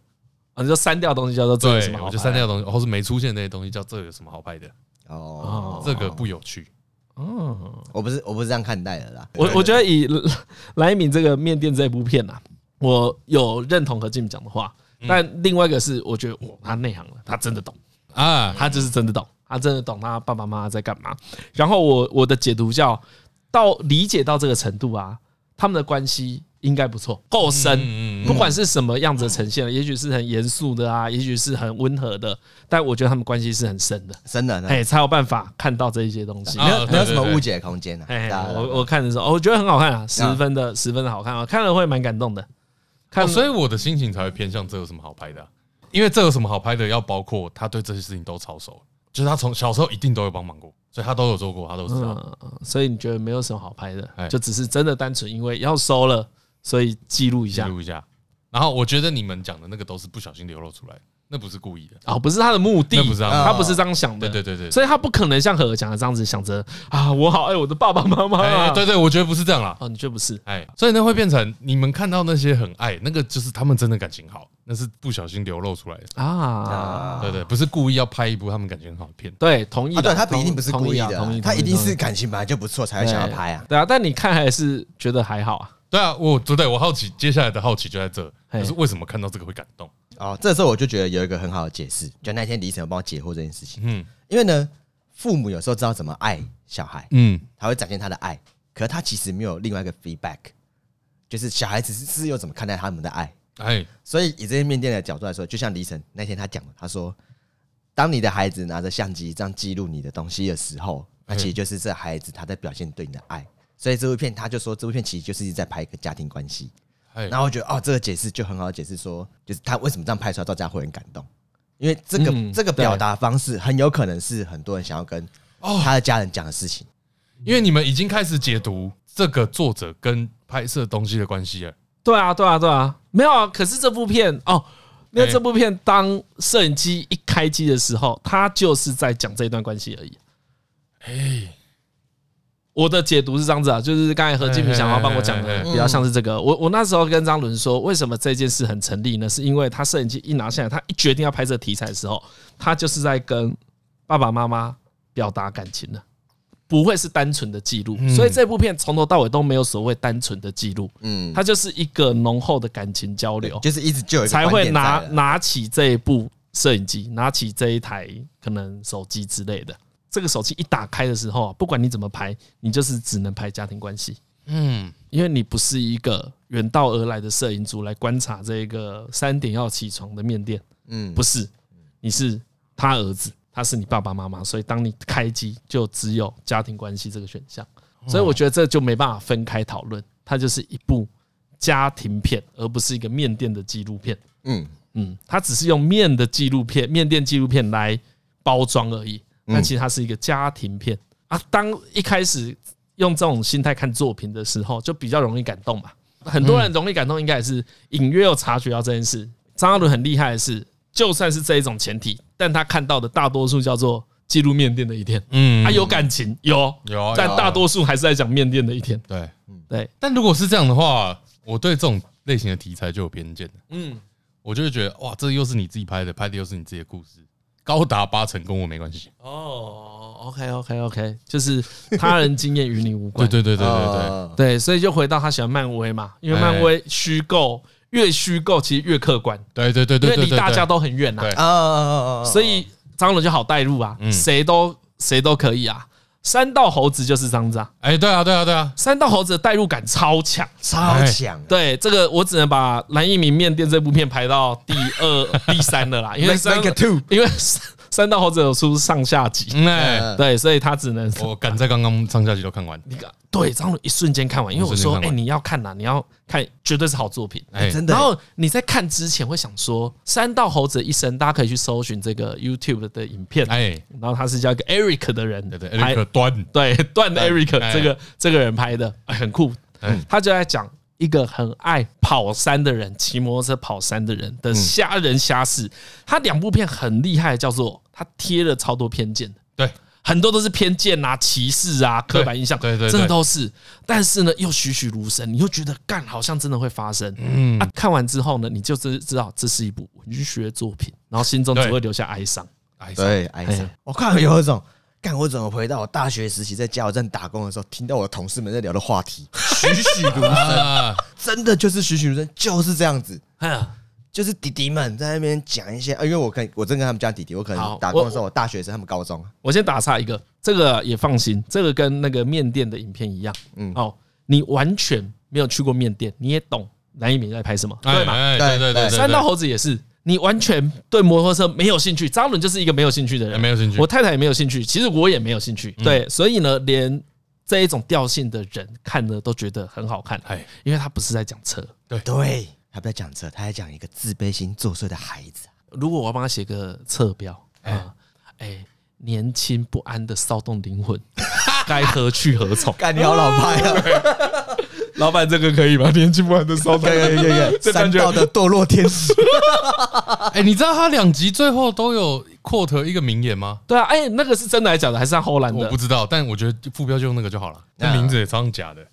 啊，你就删掉东西叫做这有什对么，好我拍？就删掉东西，或是没出现那些东西，叫这有什么好拍的？哦，这个不有趣。哦，我不是我不是这样看待的啦，我我觉得以莱敏这个面店这部片啊，我有认同何静讲的话，嗯但另外一个是我觉得哇，他内行了，他真的懂。啊，他就是真的懂，他真的懂他爸爸妈妈在干嘛。然后我我的解读叫到理解到这个程度啊，他们的关系应该不错，够深。嗯，不管是什么样子的呈现，也许是很严肃的啊，也许是很温和的，但我觉得他们关系是很深的，真的呢，哎，才有办法看到这一些东西啊。没有对没有什么对对误解的空间啊。哎对啊，对啊我我看的时候，哦我觉得很好看啊，十分的十分的好看啊，看了会蛮感动的。看哦了，所以我的心情才会偏向这有什么好拍的啊，因为这有什么好拍的，要包括他对这些事情都超熟，就是他从小时候一定都有帮忙过，所以他都有做过，他都知道。嗯，所以你觉得没有什么好拍的，哎就只是真的单纯因为要收了，所以记录一记下。录一下。然后我觉得你们讲的那个都是不小心流露出来的，那不是故意的。哦，不是他的目的，那不是他的目的他不是这样想的，对对对对所以他不可能像何讲的这样子想着啊，我好爱我的爸爸妈妈、哎啊，，对对，我觉得不是这样啦。哦，你觉得不是？哎，所以呢会变成你们看到那些很爱，那个就是他们真的感情好，那是不小心流露出来的，啊，对对，不是故意要拍一部他们感情很好的片。对，同意啊，的，对，他同一定不是故意同的啊同啊意，他一定是同感情本来就不错，才意会想要拍啊。对啊，但你看还是觉得还好啊，对啊，我对对，我好奇，接下来的好奇就在这，嘿就是为什么看到这个会感动？哦，这时候我就觉得有一个很好的解释，就那天李晨有帮我解惑这件事情，嗯因为呢，父母有时候知道怎么爱小孩，嗯，他会展现他的爱，可是他其实没有另外一个 feedback，就是小孩子是是又怎么看待他们的爱。哎，所以以这些面店的角度来说，就像李晨那天他讲的，他说，当你的孩子拿着相机这样记录你的东西的时候，那嗯其实就是这孩子他在表现对你的爱。所以这部片他就说，这部片其实就是在拍一个家庭关系。哎，然后我觉得哦，这个解释就很好解释说，就是他为什么这样拍出来，大家会很感动，因为这个、嗯这个表达方式很有可能是很多人想要跟哦他的家人讲的事情。因为你们已经开始解读这个作者跟拍摄东西的关系了。对啊，对啊，对啊，没有啊，可是这部片哦，那哎这部片当摄影机一开机的时候，他就是在讲这一段关系而已。哎，我的解读是这样子啊，就是刚才何金平想要帮我讲哎哎的哎，比较像是这个。我我那时候跟张伦说，为什么这件事很成立呢？是因为他摄影机一拿下来，他一决定要拍这个题材的时候，他就是在跟爸爸妈妈表达感情了，不会是单纯的记录。所以这部片从头到尾都没有所谓单纯的记录，嗯，它就是一个浓厚的感情交流。就是一直就有一哦个才观会点在拿了拿起这一部摄影机，拿起这一台可能手机之类的。这个手机一打开的时候啊，不管你怎么拍，你就是只能拍家庭关系，嗯，因为你不是一个远道而来的摄影组来观察这个三点要起床的面店，嗯不是，你是他儿子，他是你爸爸妈妈，所以当你开机就只有家庭关系这个选项，所以我觉得这就没办法分开讨论，它就是一部家庭片，而不是一个面店的纪录片。嗯嗯，它只是用面的纪录片、面店纪录片来包装而已。但其实它是一个家庭片啊。当一开始用这种心态看作品的时候，就比较容易感动嘛。很多人容易感动，应该也是隐约有察觉到这件事。张阿伦很厉害的是，就算是这一种前提，但他看到的大多数叫做记录面店的一天。嗯嗯，他有感情，有有啊但有啊大多数还是在讲面店的一天。对。对，但如果是这样的话，我对这种类型的题材就有偏见了。嗯，我就会觉得哇，这又是你自己拍的，拍的又是你自己的故事，高达八成跟我没关系。哦，OK，OK，OK，、就是他人经验与你无关。对对对对对对，呃对，所以就回到他喜欢漫威嘛，因为漫威虚构越虚构，其实越客观，对对对因对为对，离大家都都很远啊对，啊啊啊啊啊，所以张伦就好带入啊，谁都谁都可以啊。三道猴子就是这样子啊，哎，对啊对啊对啊，三道猴子的代入感超强。超强，对，这个我只能把《蓝一鸣面店》这部片排到第二、第三了啦，因为 Make- 三 make it two 因为三三道猴子有出上下集，嗯哎，嗯对，所以他只能我赶在刚刚上下集都看完，你看，对，张伦一瞬间看完，因为我说，一瞬间看哎、完你要看呐、你要看，绝对是好作品。哎，真的然后你在看之前会想说，《三道猴子的一生》，大家可以去搜寻这个 YouTube 的影片，哎，然后他是叫一个 Eric 的人，对对还，Eric 端，对段 Eric 哎这个这个人拍的，哎很酷哎。他就在讲一个很爱跑山的人，骑摩托车跑山的人嗯的虾人虾事。他两部片很厉害，叫做他贴了超多偏见的对，很多都是偏见啊、歧视啊、刻板印象，对对对真的都是。但是呢，又栩栩如生，你又觉得干好像真的会发生。嗯，啊，看完之后呢，你就知知道这是一部文学作品，然后心中只对会留下哀伤。哎，对，哀哎伤呀。我看了有一种，干我怎么回到我大学时期在加油站打工的时候，听到我的同事们在聊的话题，栩栩如生，啊， 真的就是栩栩如生，就是这样子。哎呀，就是弟弟们在那边讲一些，呃因为我跟我真跟他们讲弟弟，我可好能打工我的时候，我大学生，他们高中，啊我先打岔一个，这个也放心，这个跟那个面店的影片一样，嗯，哦，你完全没有去过面店，你也懂蓝一鸣在拍什么，对哎吗？哎，对对对，三道猴子也是，你完全对摩托车没有兴趣，张伦就是一个没有兴趣嗯的哎人，没有兴趣我太太也没有兴趣，其实我也没有兴趣，对，所以呢，连这一种调性的人看呢都觉得很好看，哎，因为他不是在讲车。对，他不在讲这，他在讲一个自卑心作祟的孩子。啊如果我要帮他写个侧标啊，哎，年轻不安的骚动灵魂， 该何去何从？干你好老派啊！ 老板，这个可以吗？年纪不安的烧对 对对 对，三道的堕落天使， 哎，你知道他两集最后都有 quote 一个名言吗？ 对啊，哎、那个是真的还是假的？还是后来我的不？知道，但我觉得副标就用那个就好了，那名字也超像假的。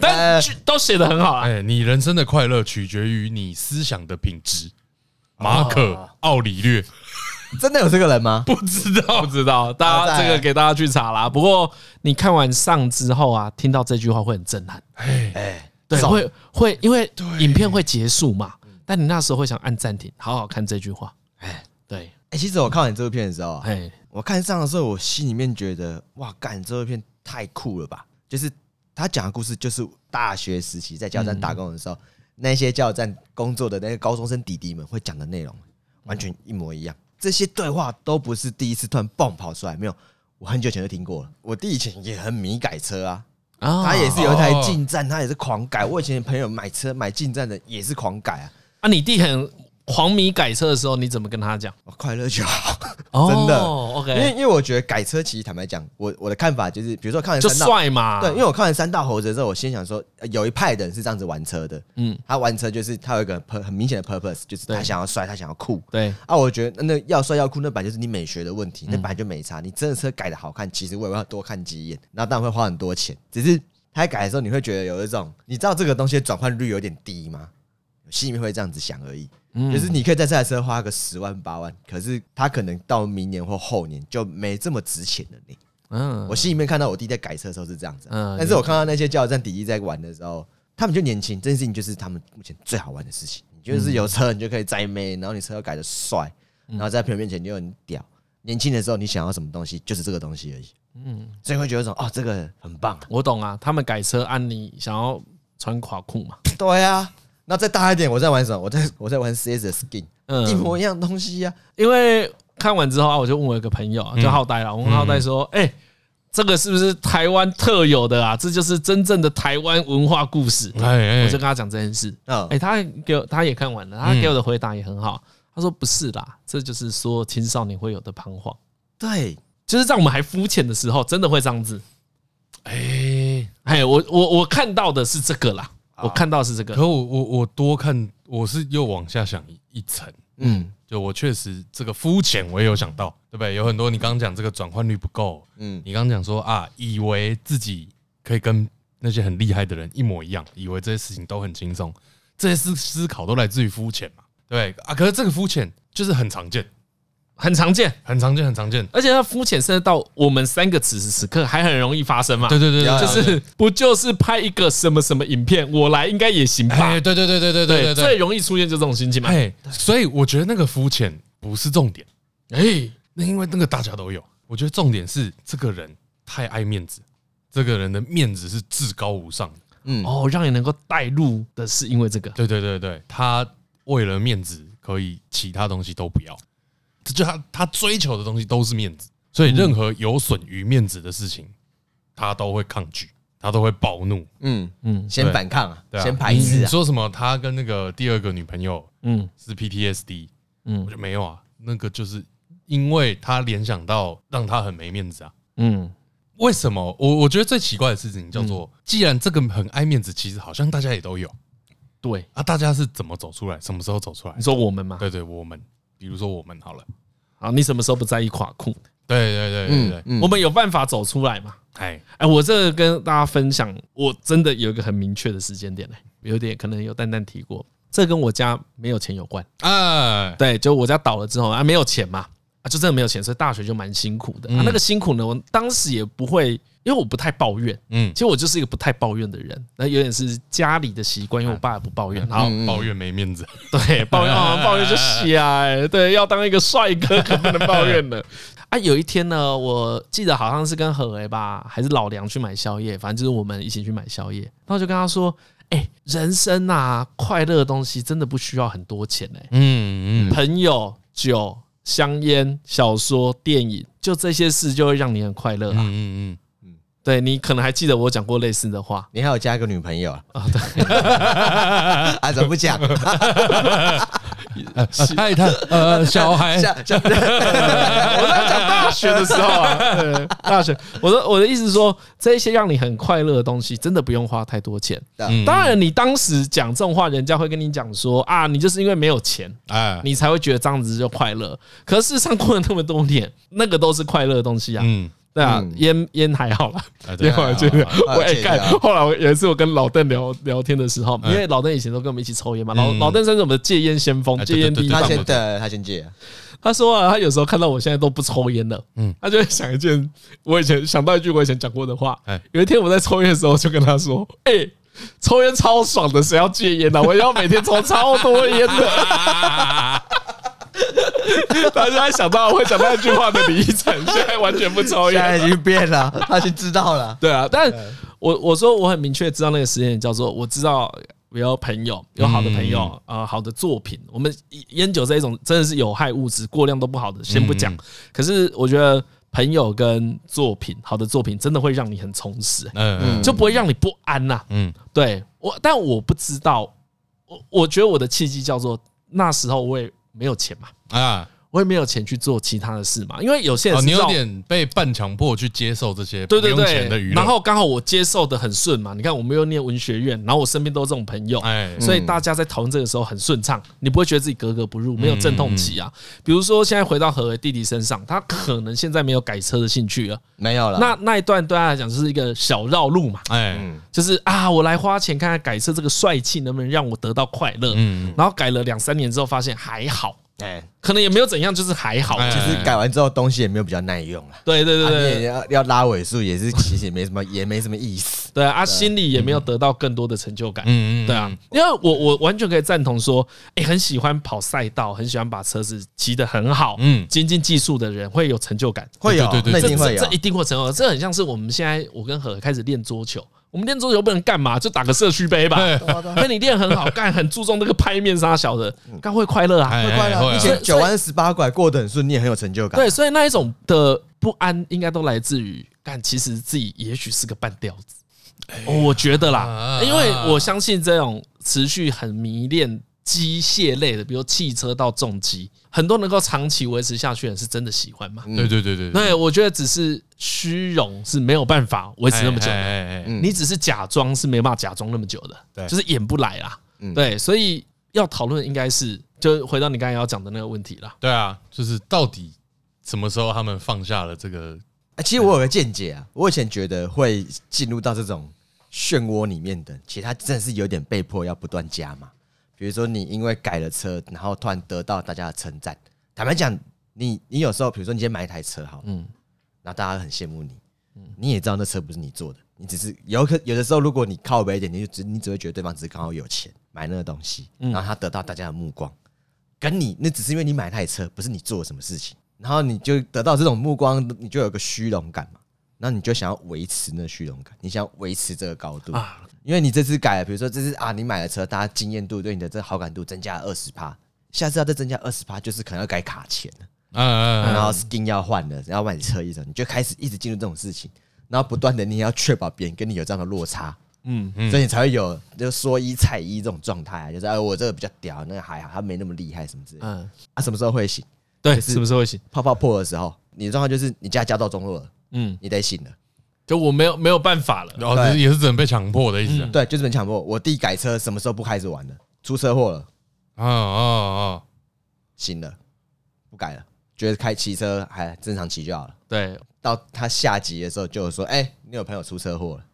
但是都写的很好啊。哎，你人生的快乐取决于你思想的品质。马可奥里略真的有这个人吗？不知道， 不知道，大好啊家再这来个给大家去查啦。不过你看完上之后啊，听到这句话会很震撼，哎，对，爽会会，因为影片会结束嘛，但你那时候会想按暂停，好好看这句话。哎，对，哎，其实我看完这部片的时候啊，哎，我看上的时候，我心里面觉得，哇，干这部片太酷了吧！就是他讲的故事，就是大学时期在加油站打工的时候，那些加油站工作的那些高中生弟弟们会讲的内容，完全一模一样。这些对话都不是第一次突然蹦跑出来，没有，我很久以前就听过了。我弟以前也很迷改车啊，啊他也是有一台进站，他也是狂改。我以前朋友买车买进站的也是狂改啊，啊，你弟很。黄迷改车的时候，你怎么跟他讲？哦我快乐就好。真的哦因为，OK，因为我觉得改车其实坦白讲，我我的看法就是，比如说看完就啊三道，帅嘛，对，因为我看完三道猴子之后，我心想说，呃有一派的人是这样子玩车的，嗯嗯，他玩车就是他有一个 pur- 很明显的 purpose，就是他对想要帅，他想要酷。对啊，我觉得那要帅要酷，那本来就是你美学的问题，那本来就没差。你真的车改的好看，其实我也会多看几眼，那当然会花很多钱。只是他在改的时候，你会觉得有一种，你知道这个东西的转换率有点低吗？心里面会这样子想而已。就是你可以在这台车花个十万八万，可是它可能到明年或后年就没这么值钱了。你，嗯，我心里面看到我弟在改车的时候是这样子啊、嗯但是我看到那些加油站弟弟在玩的时候，他们就年轻，这件事情就是他们目前最好玩的事情。你就是有车，你就可以栽妹，然后你车要改的帅，然后在朋友面前你就很屌。年轻的时候你想要什么东西，就是这个东西而已。嗯，所以会觉得说，哦，这个很棒、 啊。我懂啊，他们改车按你想要穿垮裤嘛，对啊，那再大一点，我在玩什么？我在我在玩 CS 的 skin，、嗯一模一样的东西啊呀、因为看完之后啊，我就问我一个朋嗯友啊，就浩代了，我问浩代说，哎、这个是不是台湾特有的啊？这就是真正的台湾文化故事。哎我就跟他讲这件事，啊。嗯哎、，他给我他也看完了，他给我的回答也很好，他说不是啦，这就是所有青少年会有的彷徨，对，就是在我们还肤浅的时候，真的会这样子。哎，哎，我我我看到的是这个啦，啊我看到的是这个，可我我我多看，我是又往下想一一层，嗯，就我确实这个肤浅，我也有想到，对不对？有很多你刚刚讲这个转换率不够，嗯嗯，你刚刚讲说啊，以为自己可以跟那些很厉害的人一模一样，以为这些事情都很轻松，这些思思考都来自于肤浅嘛，对不对啊？可是这个肤浅就是很常见，很常见。很常见，很常见。而且它肤浅，甚至到我们三个此时此刻还很容易发生嘛。对对对，了对就对是不就是拍一个什么什么影片，我来应该也行吧哎，？对对对对对对对最对，容易出现就这种心情嘛。哎，所以我觉得那个肤浅不是重点，哎，那因为那个大家都有，我觉得重点是这个人太爱面子，这个人的面子是至高无上的。哦，让你能够带入的是因为这个，对对对对，他为了面子可以其他东西都不要，这就他他追求的东西都是面子，所以任何有损于面子的事情，他都会抗拒，他都会暴怒，嗯嗯嗯，先反抗啊，对啊，先排斥你啊。说什么？他跟那个第二个女朋友嗯是 PTSD，嗯我就没有啊，那个就是因为他联想到让他很没面子啊。嗯，为什么？我我觉得最奇怪的事情叫做，既然这个很爱面子，其实好像大家也都有对，啊，大家是怎么走出来？什么时候走出来你？说我们嘛，对对，我们比如说我们好了，啊，你什么时候不在意垮裤？对对对对对，嗯我们有办法走出来嘛？哎，哎，我这个跟大家分享，我真的有一个很明确的时间点嘞，有点可能有蛋蛋提过，这跟我家没有钱有关。啊，对，就我家倒了之后啊，没有钱嘛，啊，就真的没有钱，所以大学就蛮辛苦的。啊，那个辛苦呢，我当时也不会，因为我不太抱怨，嗯其，实我就是一个不太抱怨的人，那有点是家里的习惯，因为我爸也不抱怨，然后抱怨没面子， 对抱怨啊抱怨就瞎、欸，对，要当一个帅哥可不能抱怨了。 啊，有一天呢，我记得好像是跟何为吧，还是老梁去买宵夜，反正就是我们一起去买宵夜，然后就跟他说。哎、人生啊，快乐的东西真的不需要很多钱哎、嗯嗯，朋友、酒、香烟、小说、电影，就这些事就会让你很快乐嗯啊。嗯对你可能还记得我讲过类似的话，你还有加一个女朋友啊？啊，对， 啊，怎么不讲？嗯，爱他呃小孩，下 下我在讲大学的时候啊， 对大学，我的我的意思是说，这些让你很快乐的东西，真的不用花太多钱。嗯当然，你当时讲这种话，人家会跟你讲说啊，你就是因为没有钱，哎，你才会觉得这样子就快乐。可是事实上过了那么多年，那个都是快乐的东西啊。嗯，对啊嗯，烟烟还好啦，啊对烟还好就是啊我也戒干掉。后来我有一次我跟老邓聊聊天的时候，因为老邓以前都跟我们一起抽烟嘛，老嗯老邓算是我们的戒烟先锋哎，戒烟第一对棒他对。先对，他先戒啊。他说啊，他有时候看到我现在都不抽烟了，嗯嗯，他就会想一件我以前想到一句我以前讲过的话哎。有一天我在抽烟的时候，就跟他说：“哎，抽烟超爽的，谁要戒烟呢？啊我要每天抽超多烟 的。” 他现在想到会讲那句话的李依晨，现在完全不抽现烟，在已经变了， 他先知道了。对啊，但我我说我很明确知道那个时间点叫做我知道有朋友有好的朋友嗯啊、呃好的作品，我们烟酒这一种真的是有害物质，过量都不好的，先不嗯讲。可是我觉得朋友跟作品，好的作品真的会让你很充实、欸嗯就不会让你不安呐、嗯对我，但我不知道，我我觉得我的契机叫做那时候我也没有钱嘛，啊，我也没有钱去做其他的事嘛，因为有些人哦，是你这有种点被半强迫去接受这些对不对用钱的对，娱乐，然后刚好我接受的很顺嘛，你看我们又念文学院，然后我身边都是这种朋友，哎，所以大家在讨论这个时候很顺畅，你不会觉得自己格格不嗯入，没有阵痛期啊。比如说现在回到何为弟弟身上，他可能现在没有改车的兴趣了，没啊有了。那那一段对他来讲就是一个小绕路嘛，哎，就是啊，我来花钱看看改车这个帅气能不能让我得到快乐。嗯，然后改了两三年之后，发现还好，哎，可能也没有怎样，就是还好。哎就是改完之后东西也没有比较耐用了。对对对啊你对也要要拉尾数也是，其实也没什么，也没什么意思。对啊，心里也没有得到更多的成就感。嗯嗯，对啊，因为我我完全可以赞同说，哎、很喜欢跑赛道，很喜欢把车子骑得很好，嗯嗯，精进技术的人会有成就感，会有，对对对啊那这一定会有这。一定会成功的。这很像是我们现在我跟何开始练桌球，我们练桌球不能干嘛，就打个社区杯吧。哎， 那你练很好，干很注重那个拍面杀小的，干会快乐啊。哎会快乐，会以啊前九弯十八拐过得很顺，你也很有成就感。对，所以那一种的不安，应该都来自于干，其实自己也许是个半吊子。哦我觉得啦，因为我相信这种持续很迷恋机械类的，比如汽车到重机，很多能够长期维持下去的人是真的喜欢嘛。对对对对，对，我觉得只是虚荣是没有办法维持那么久的哎，嗯你只是假装是没办法假装那么久的，对就是演不来啦。嗯对，所以要讨论应该是就回到你刚才要讲的那个问题啦。对啊，就是到底什么时候他们放下了这嗯个？哎其实我有个见解啊，我以前觉得会进入到这种漩涡里面的，其实他真的是有点被迫要不断加嘛。比如说你因为改了车，然后突然得到大家的称赞，坦白讲，你你有时候比如说你今天买一台车好了，嗯，然后大家很羡慕你，你也知道那车不是你做的，你只是有可有的时候，如果你靠北一点，你就只你只会觉得对方只是刚好有钱买那个东西，然后他得到大家的目光，跟你那只是因为你买那台车，不是你做了什么事情，然后你就得到这种目光，你就有个虚荣感嘛，那你就想要维持那虚荣感，你想要维持这个高度啊因为你这次改了，比如说这次啊，你买了车，大家经验度对你的这好感度增加了二十趴，下次要再增加二十趴，就是可能要改卡钳了。嗯，然后 skin 要换了，然后买车衣什么，你就开始一直进入这种事情，然后不断的你也要确保别人跟你有这样的落差，嗯，所以你才会有就说一菜一这种状态啊，就是哎我这个比较屌，那个还好，他没那么厉害什么之类的。嗯，啊，什么时候会醒？对，是是不是会醒？泡泡破的时候，你的状况就是你家家道中落了，嗯，你得醒了。就我没有没有办法了。然后嗯哦就是也是只能被强迫的意嗯思啊对，就是很强迫。我弟改车什么时候不开始玩了？出车祸了，啊啊啊！醒了，不改了，觉得开骑车还正常骑就好了。对，到他下集的时候，就有说：“哎、你有朋友出车祸了。”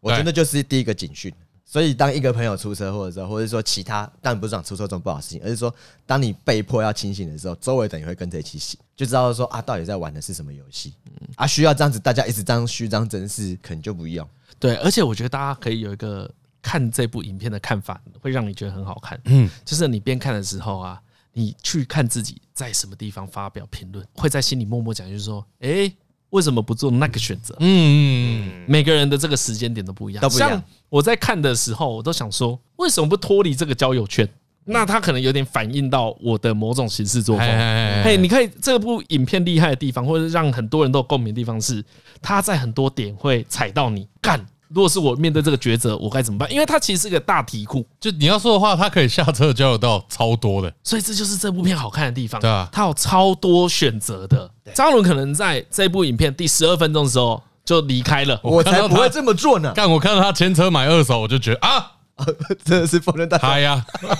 我对觉得那就是第一个警讯。所以，当一个朋友出车祸的时候，或者说其他，当然不是讲出车祸这种不好的事情，而是说，当你被迫要清醒的时候，周围的人也会跟着一起醒，就知道说啊，到底在玩的是什么游戏嗯啊？需要这样子，大家一直这样虚张声势，可能就不用。对，而且我觉得大家可以有一个看这部影片的看法，会让你觉得很好看。嗯，就是你边看的时候啊，你去看自己在什么地方发表评论，会在心里默默讲，就是说，哎，为什么不做那个选择？嗯，每个人的这个时间点都不一样。都不一样像我在看的时候，我都想说，为什么不脱离这个交友圈？那他可能有点反映到我的某种行事作哎风。嘿，你可以这部影片厉害的地方，或者让很多人都有共鸣的地方是，他在很多点会踩到你。干，如果是我面对这个抉择，我该怎么办？因为它其实是个大题库，就你要说的话，他可以下车交流到超多的，所以这就是这部片好看的地方。对啊它有超多选择的。张伦可能在这部影片第十二分钟的时候就离开了。我看到才不他会这么做呢！ 干，我看到他前车买二手，我就觉得啊，真的是否认大他呀，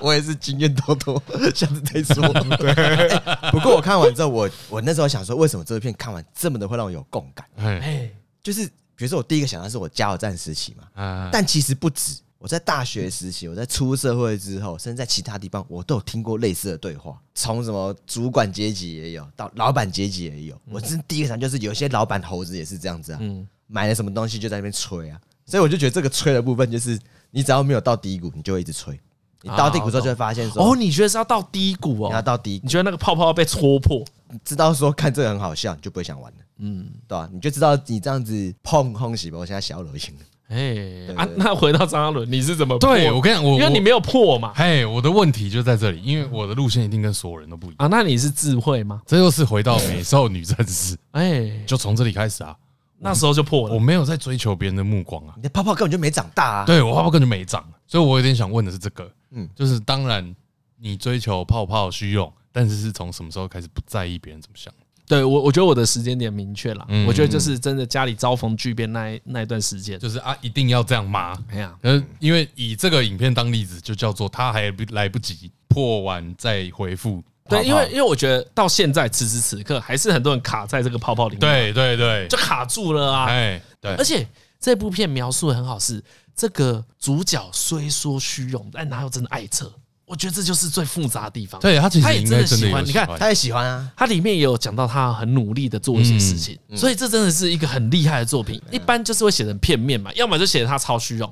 我也是经验多多， 下次再 说。对、不过我看完之后，我我那时候想说，为什么这部片看完这么的会让我有共感？哎哎，就是比如说我第一个想到是我加油站时期嘛，嗯啊，但其实不止。我在大学时期，我在出社会之后，甚至在其他地方，我都有听过类似的对话。从什么主管阶级也有，到老板阶级也嗯有。我真第一个想就是，有些老板猴子也是这样子啊，买了什么东西就在那边吹啊。所以我就觉得这个吹的部分，就是你只要没有到低谷，你就会一直吹。你到低谷之后就会发现说，哦，你觉得是要到低谷你要哦？到低你觉得那个泡泡要被戳破？知道说看这个很好笑，你就不会想玩了，嗯，对吧、你就知道你这样子碰碰喜不，我现在小恶心了。哎啊，那回到张阿伦，你是怎么破？对我跟你讲，我因为你没有破嘛。嘿，我的问题就在这里，因为我的路线一定跟所有人都不一样。啊，那你是智慧吗？这又是回到美少女战士，哎，就从这里开始啊。那时候就破我了。没有在追求别人的目光啊，你的泡泡根本就没长大啊，对我泡泡根本就没长，所以我有点想问的是这个，嗯嗯，就是当然你追求泡泡虚荣，但是是从什么时候开始不在意别人怎么想？对我，我觉得我的时间点明确了。嗯我觉得就是真的家里遭逢巨变那一那一段时间，就是啊，一定要这样吗？哎呀，呃，因为以这个影片当例子，就叫做他还不来不及破完再回复泡泡。对，因为因为我觉得到现在此时此刻，还是很多人卡在这个泡泡里面，，对对对，就卡住了啊。哎对而，且这部片描述的很好，是这个主角虽说虚荣，但哪有真的爱车？我觉得这就是最复杂的地方。对他其他实也应真该的真的喜有欢，你看喜欢他也喜欢啊，它里面也有讲到他很努力的做一些事情，所以这真的是一个很厉害的作品。一般就是会写成片面嘛，要么就写他超虚荣，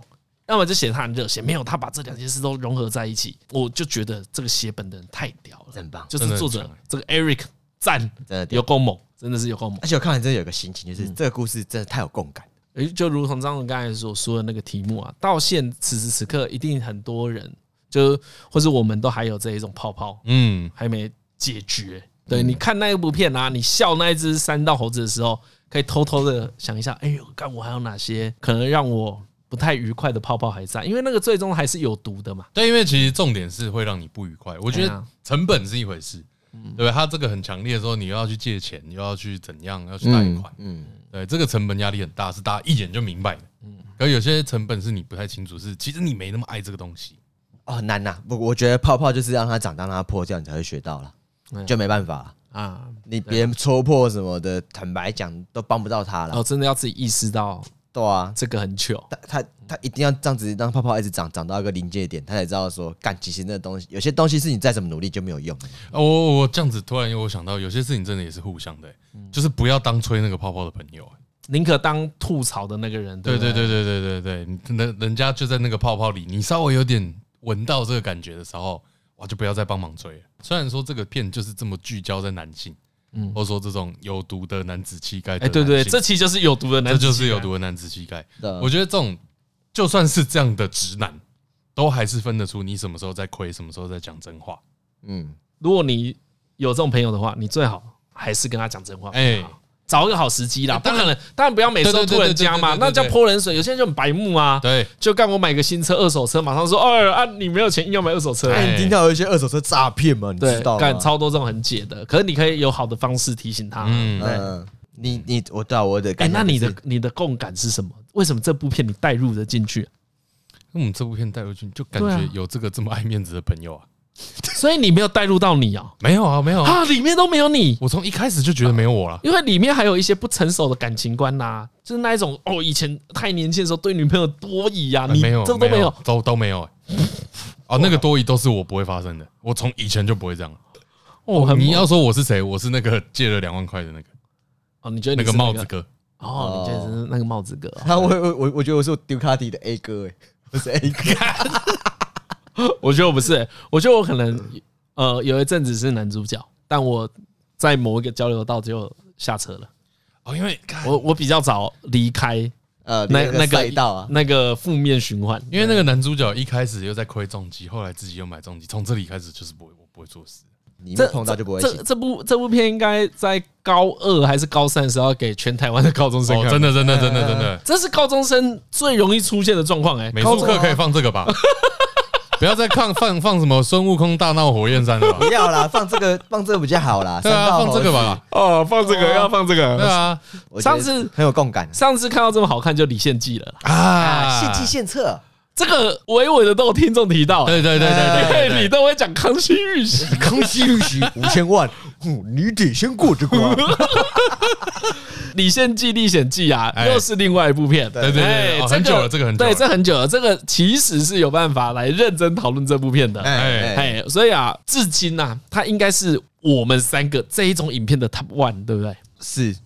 要么就写他很热血。没有，他把这两件事都融合在一起，我就觉得这个写本的人太屌了，真棒就是作者真的很这个 Eric 赞，真的屌有够猛，真的是有够猛。而且我看完真的有个心嗯情，就是这个故事真的太有共感。诶，就如同张总刚才所说的那个题目啊，到现此时此刻，一定很多人就或是我们都还有这一种泡泡，嗯，还没解决。嗯对，你看那一部片啊，你笑那一只三道猴子的时候，可以偷偷的想一下，哎呦，看我还有哪些可能让我不太愉快的泡泡还在，因为那个最终还是有毒的嘛。对，因为其实重点是会让你不愉快。我觉哎得呀嗯成本是一回事，对吧？他这个很强烈的说，你又要去借钱，又要去怎样，要去贷款，嗯，对，这个成本压力很大，是大家一眼就明白的。嗯可有些成本是你不太清楚，是其实你没那么爱这个东西。哦，很难呐、不，我觉得泡泡就是让它长大，让它破掉，你才会学到了，嗯就没办法了。啊，你别人戳破什么的，坦白讲都帮不到他了。哦，真的要自己意识到对啊，这个很糗。他他他一定要这样子让泡泡一直长，长到一个临界点，他才知道说，干，其实那东西有些东西是你再怎么努力就没有用的。哦我我这样子突然我想到，有些事情真的也是互相的、欸嗯就是不要当吹那个泡泡的朋友、欸宁可当吐槽的那个人，对对对不对对对对对对，人人家就在那个泡泡里，你稍微有点闻到这个感觉的时候，哇，就不要再帮忙追了。虽然说这个片就是这么聚焦在男性，嗯，或者说这种有毒的男子气概的哎，男性，对对，这期就是有毒的男子气概，呃这就是有毒的男子气概。对啊我觉得这种就算是这样的直男，都还是分得出你什么时候在亏，什么时候在讲真话。嗯，如果你有这种朋友的话，你最好还是跟他讲真话。哎哎，找一个好时机啦，哎不当然可能，当然不要每次都对对突对然加嘛，对对对那对对叫泼冷水。有些人就很白目啊，对，就干我买个新车，二手车马上说，哦啊，你没有钱硬要买二手车，哎那你听到有一些二手车诈骗吗？你嗯对知，道干吗？超多这种很解的。可是你可以有好的方式提醒他。嗯，嗯，你你我对啊，我的哎，感那想你就是的你的共感是什么？为什么这部片你带入的进去？那我们这部片带回去，就感对觉啊有这个这么爱面子的朋友啊，所以你没有带入到你哦，没有啊，没有啊，啊，里面都没有你。我从一开始就觉得没有我了。因为里面还有一些不成熟的感情观呐、就是那一种哦，以前太年轻的时候对女朋友多疑啊，啊你没有，这都没有，都都没有、欸。 哦，那个多疑都是我不会发生的，我从以前就不会这样。哦，很猛你要说我是谁，我是那个借了两万块的那个哦，你觉得那你个是帽子哥，哦，你觉得是那个帽子哥哦、他我我我我觉得我是丢卡迪的 A 哥哎、我是 A 哥，我觉得我不是欸、我觉得我可能呃有一阵子是男主角，但我在某一个交流道就下车了，哦，因为干我我比较早离开呃，那个那赛个道啊，那个负面循环，因为那个男主角一开始又在亏重击，后来自己又买重击，从这里开始就是不会我不会做事。你这们碰到就不会这信这这部这部片应该在高二还是高三的时候要给全台湾的高中生哦，看，呃真的真的真的真的，这是高中生最容易出现的状况哎，美高术中啊课可以放这个吧？不要再放放放什么孙悟空大闹火焰山了吧？ 不要啦， 放这个放这个比较好啦，对三啊，道放这个猴子吧。哦，放这个要放这对个。啊我觉得上次很有共感上次看到这么好看就李献计了啦，啊，啊，献计献策，这个娓娓的都有听众提到，对对对对 对嘿，你对，都会讲康熙玉玺，康熙入席 五千万，哼你得先过这啊关。 李献计历险记啊，哎又是另外一部片，对对对哎哦很久了这个很久了对，这很久了，这个其实是有办法来认真讨论这部片的，哎哎，所以啊，至今呐，它应该是我们三个这一种影片的 top one，对不对？嗯是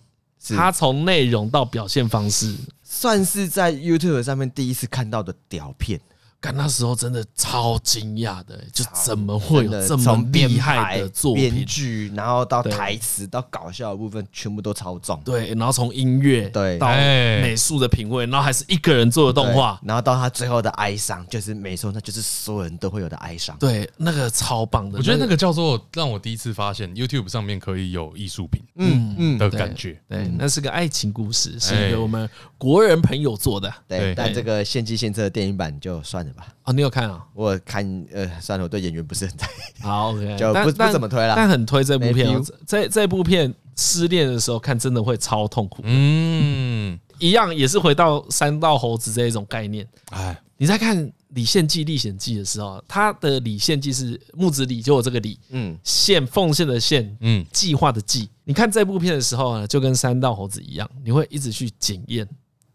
是，它从内容到表现方式，算是在 YouTube 上面第一次看到的屌片，干那时候真的超惊讶的、就怎么会有真的这么从编厉排害的作编品？剧，然后到对台词，到搞笑的部分，全部都超重。对，然后从音乐对到哎美术的品味，然后还是一个人做的动画对，然后到他最后的哀伤，就是没错，那就是所有人都会有的哀伤。对，那个超棒的。我觉得那个叫做让我第一次发现 YouTube 上面可以有艺术品，嗯嗯的感觉。对，那是个爱情故事，是哎一个我们国人朋友做的。对对但这个献计献策的电影版就算了吧？哦，你有看啊？我看呃，算了，我对演员不是很在意，好，OK，就但不不怎么推啦但很推这部片哦没 feel。这这部片失恋的时候看，真的会超痛苦。嗯，一样也是回到三道猴子这一种概念。哎，你在看《李献计历险记》的时候，他的李献计是木子李，就有这个李，嗯，献奉献的献，嗯，计划的计。你看这部片的时候呢，就跟三道猴子一样，你会一直去检验，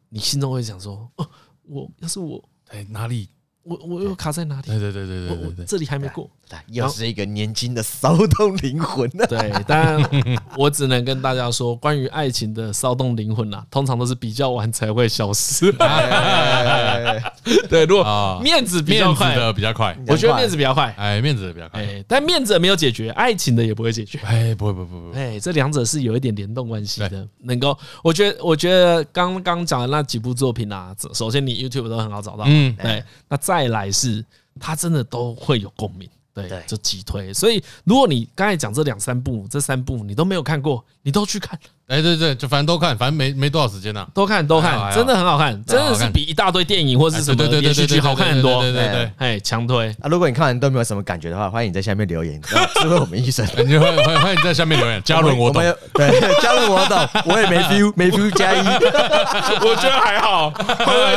你心中会想说：哦，我要是我，哎，哪里？我我又卡在哪里？对对对对我对对我对，这里还没过。又是一个年轻的骚动灵魂呢、对，当然我只能跟大家说，关于爱情的骚动灵魂啊，通常都是比较晚才会消 失。啊。对，如啊果面子比较面子快，的比较快，我觉得面子比较快。哎，面子的比较快，哎，但面子没有解决，爱情的也不会解决。哎，不会不会不会，哎，这两者是有一点联动关系对的。能够，我觉得，我觉得刚刚讲的那几部作品啊，首首先你 YouTube 都很好找到，嗯，对，那再来是它真的都会有共鸣，对对，就急推。所以如果你刚才讲这两三部，这三部你都没有看过，你都去看，哎对对，就反正都看，反正没没多少时间呐，都看，都哎好哎看，好真的很好看，真的是比一大堆电影或哎是什么对对对连续对对剧好看很多对。对对哎，强推， 啊，如果你看完都没有什么感觉的话，欢迎你在下面留言，是为我们医生。对，哎你 欢欢欢迎在下面留言，嘉伦我懂 们，有对，嘉伦我懂，我也没 feel，没 feel 加一，我觉得还好，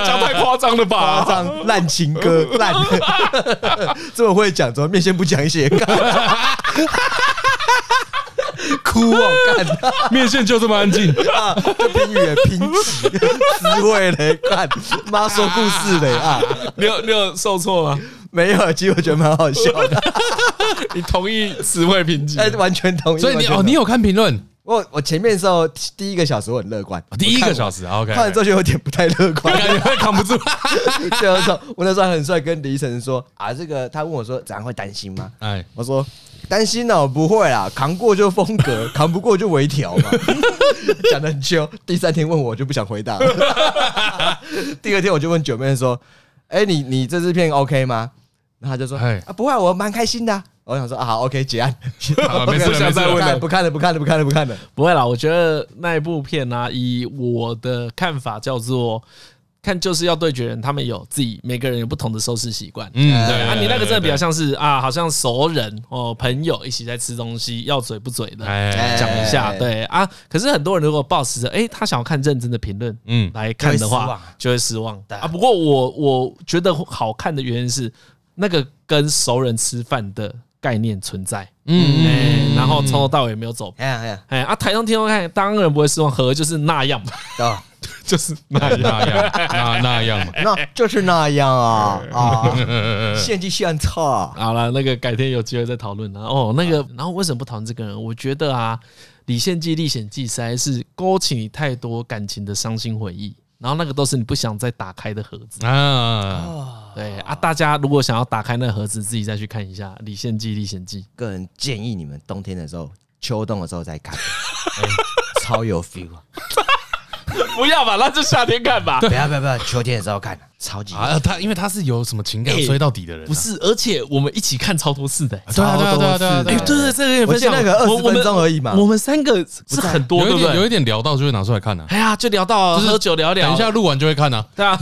讲太夸张了夸？张烂情 歌烂， 这么会讲，怎么面先不讲一些？ 哭哦，干面线就这么安静，啊！这评语也评级滋味嘞，干妈说故事嘞啊，你有你有受挫 吗？没有，其实我觉得蛮好笑的，你同意词汇评级？哎，完全同意。所以你完全哦，同意你有看评论，我我前面的时候第一个小时我很乐观，第一个小时啊，OK，看完之后就有点不太乐观， 感觉会 扛不住，就是说，我那时候很帅，跟李医生说啊，这个他问我说，怎样会担心吗？哎，我说担心呢，我不会啦，扛过就风格， 扛不过就微调嘛。 讲的很秋，第三天问我我就不想回答了。 第二天我就问九妹说，哎、你你这支片 OK 吗？然后他就说哎啊，不会啊，我蛮开心的啊、我想说啊，好，OK，结案，好啊没事 了不想再没事了问了，不看了，不看了，不看了，不看了。不会啦，我觉得那一部片呢、以我的看法叫做看就是要对决人，他们有自己每个人有不同的收视习惯。嗯，对，啊，对你那个真的比较，对像是啊，好像熟人哦，朋友一起在吃东西，要嘴不嘴的对哎，讲一下，哎对啊。可是很多人如果抱持着，哎，他想要看认真的评论嗯，来看的就会失话望，就会失望对啊。不过我我觉得好看的原因是那个跟熟人吃饭的概念存在，嗯哎，然后从头到尾没有走哎呀哎呀，哎啊，台中天后看当然不会失望，和就是那样 嘛， 哦，就是那样。那样 那那样嘛，那就是那样啊 啊，献计献策啊。好了，那个改天有机会再讨论啦。哦，那个，然后为什么不讨论这个人？我觉得啊，《李献计历险记》实在是勾起你太多感情的伤心回忆，然后那个都是你不想再打开的盒子。啊，对啊，大家如果想要打开那盒子，自己再去看一下《李献计历险 记》。个人建议你们冬天的时候、秋冬的时候 再看，哎超有 feel 啊！不要吧，那就夏天看吧。 不要不要不要，秋天的时候看，超级啊，他因为他是有什么情感哎追到底的人啊，不是，而且我们一起看超多次的、欸。对啊，对啊，对啊，对啊，哎、对啊，对对，这个也我分记得享那个我20分钟而已嘛我们我们三个是很多，对有一不对？点有一点聊到就会拿出来看呢。哎呀，就聊到就是喝酒聊聊，等一下，录完就会看呢。对啊，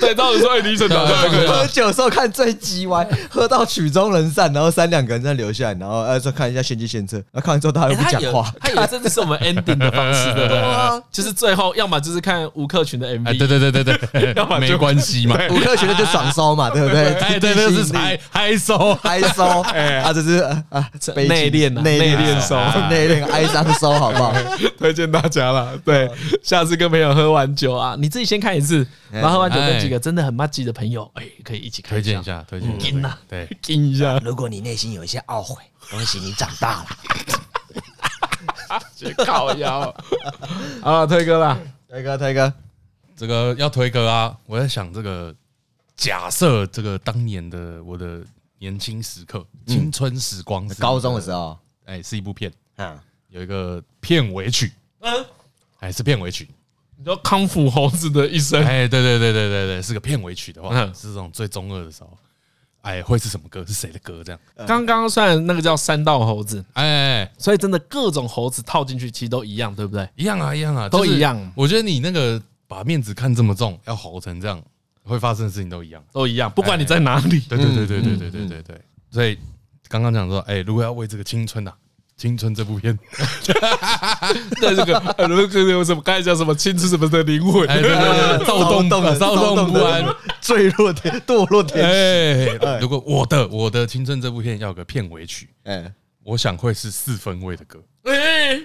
对，到底说哎，李晨对啊对啊喝酒的时候看最鸡 歪，喝到曲终人散，然后三两个人在留下来，然后呃说看一下献计献策，然后看完之后大家又不他讲有话，他有这就是我们 ending 的方式，对不对对啊？就是最后，要么就是看吴克群的哎，对 MV，对对 对对，没关系嘛。五克学的就爽收嘛，对不对？哎， 对，那地是哎心力嗨嗨收，哀收，啊，这是呃啊这悲情内敛啊内敛收 啊内敛哀伤收，好不好？推荐大家啦。对，下次跟朋友喝完酒啊，你自己先看一次，然后喝完酒跟几个真的很 m a 的朋友，哎，可以一起看推荐一一下，下，推荐一嗯下，对，听一下。 如果你内心有一些懊悔，恭喜你长大了。靠腰啊，推哥啦，推哥，推哥，这个要推歌啊！我在想，这个假设这个当年的我的年轻时刻、嗯青春时光，高中的时，候，哎，是一部片，嗯，有一个片尾曲，嗯，哎，是片尾曲，你说康复猴子的一生，哎，对对对对对对，是个片尾曲的话，嗯是这种最中二的时候，哎，会是什么歌？是谁的歌？这样，刚刚虽然那个叫三道猴子，哎哎，哎所以真的各种猴子套进去其实都一样，对不对？一样啊，一样啊，都就是一样我觉得你那个把面子看这么重，要吼成这样，会发生的事情都一样。都一样，不管你在哪里，对对对对对对对对对。所以刚刚讲说，哎，如果要为这个青春呐、啊，青春这部片，在这个呃那个有什么看一下什么青春什么的灵魂， 哎，对对啊对， 躁动动的躁动不安。，坠落天堕落天。哎，如果我的我的青春这部片要有个片尾曲，哎，我想会是四分位的歌。哎，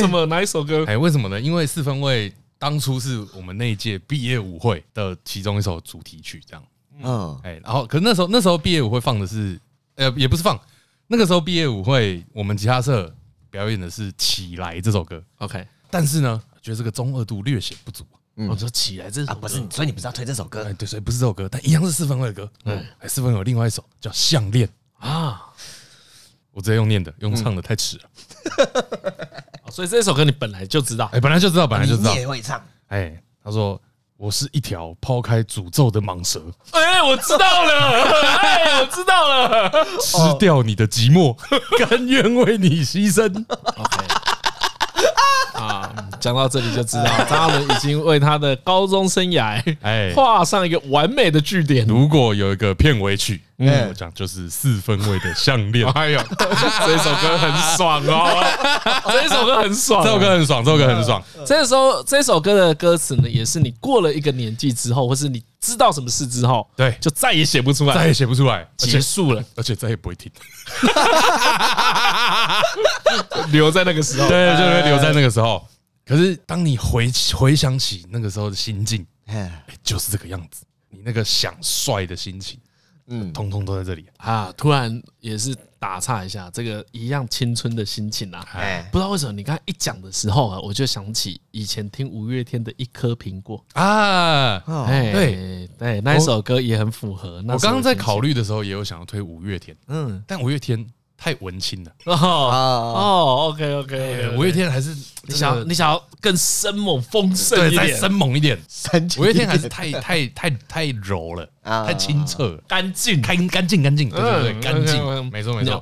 什么哪一首歌？ 哎，为什么呢？因为四分位当初是我们那一届毕业舞会的其中一首主题曲，这样。嗯，哎，然后可是那时候那时候毕业舞会放的是，呃，也不是放，那个时候毕业舞会我们吉他社表演的是《起来》这首歌， OK，但是呢，觉得这个中二度略显不足。啊我说起来这首啊，不是，你，所以你不是要推这首歌哎，对，所以不是这首歌，但一样是四分位的歌。嗯，哎四分位有另外一首叫《项链》，啊，我直接用念的，用唱的嗯太迟了。哦所以这首歌你本来就知道哎，本来就知道，本来就知道你。也会唱，哎，他说我是一条抛开诅咒的蟒蛇，哎、我知道 了，哎，我知道了。吃掉你的寂寞， 甘愿为你牺牲。 OK，啊，讲到这里就知道，张嘉伦已经为他的高中生涯，哎哎，画上一个完美的句点。。如果有一个片尾曲，嗯我讲就是四分位的项 链哎呦， 这首歌很爽哦， 这首歌很爽、这首歌，很爽，这首歌很爽。这首这首歌的歌词呢，也是你过了一个年纪之后，或是你知道什么事之后，对就再也写不出再来，也写不出来，而且结束了，而且再也不会 听。留在那个时候。对，就会留在那个时候。哎可是当你回回想起那个时候的心境，哎，哎就是这个样子。你那个想帅的心情，嗯，通通都在这里。啊，突然也是打岔一下，这个一样青春的心情啊。哎，不知道为什么，你刚才一讲的时候啊，我就想起以前听五月天的《一颗苹果啊！》，哦哎，对对，那一首歌也很符合。我刚刚在考虑的时候，也有想要推五月天，嗯，但五月天太文青 了。哦哦，OK OK，五月天还是你想要你想要更生猛丰盛对一再点，生猛一 点。三级五月天还是太太太太柔了，啊太清澈了，干净，干干净干净，对对嗯对，干嗯净，没错没错。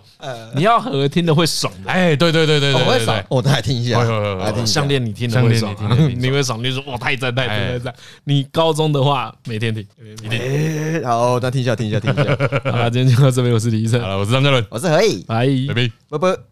你要合听的会爽的。 哎，对对对对哦对我会对少对，，我再来听一下，会会会会来听一下项，链你听的会爽哎项链你听 你的会，爽会爽，你就说哇太赞太赞哎太赞。你高中的话每天听。哎，好，那听一下，听一下，听一下，好了，今天就到这边，我是李医生好，了，我是张嘉伦，我是何以，拜。拜拜。拜拜。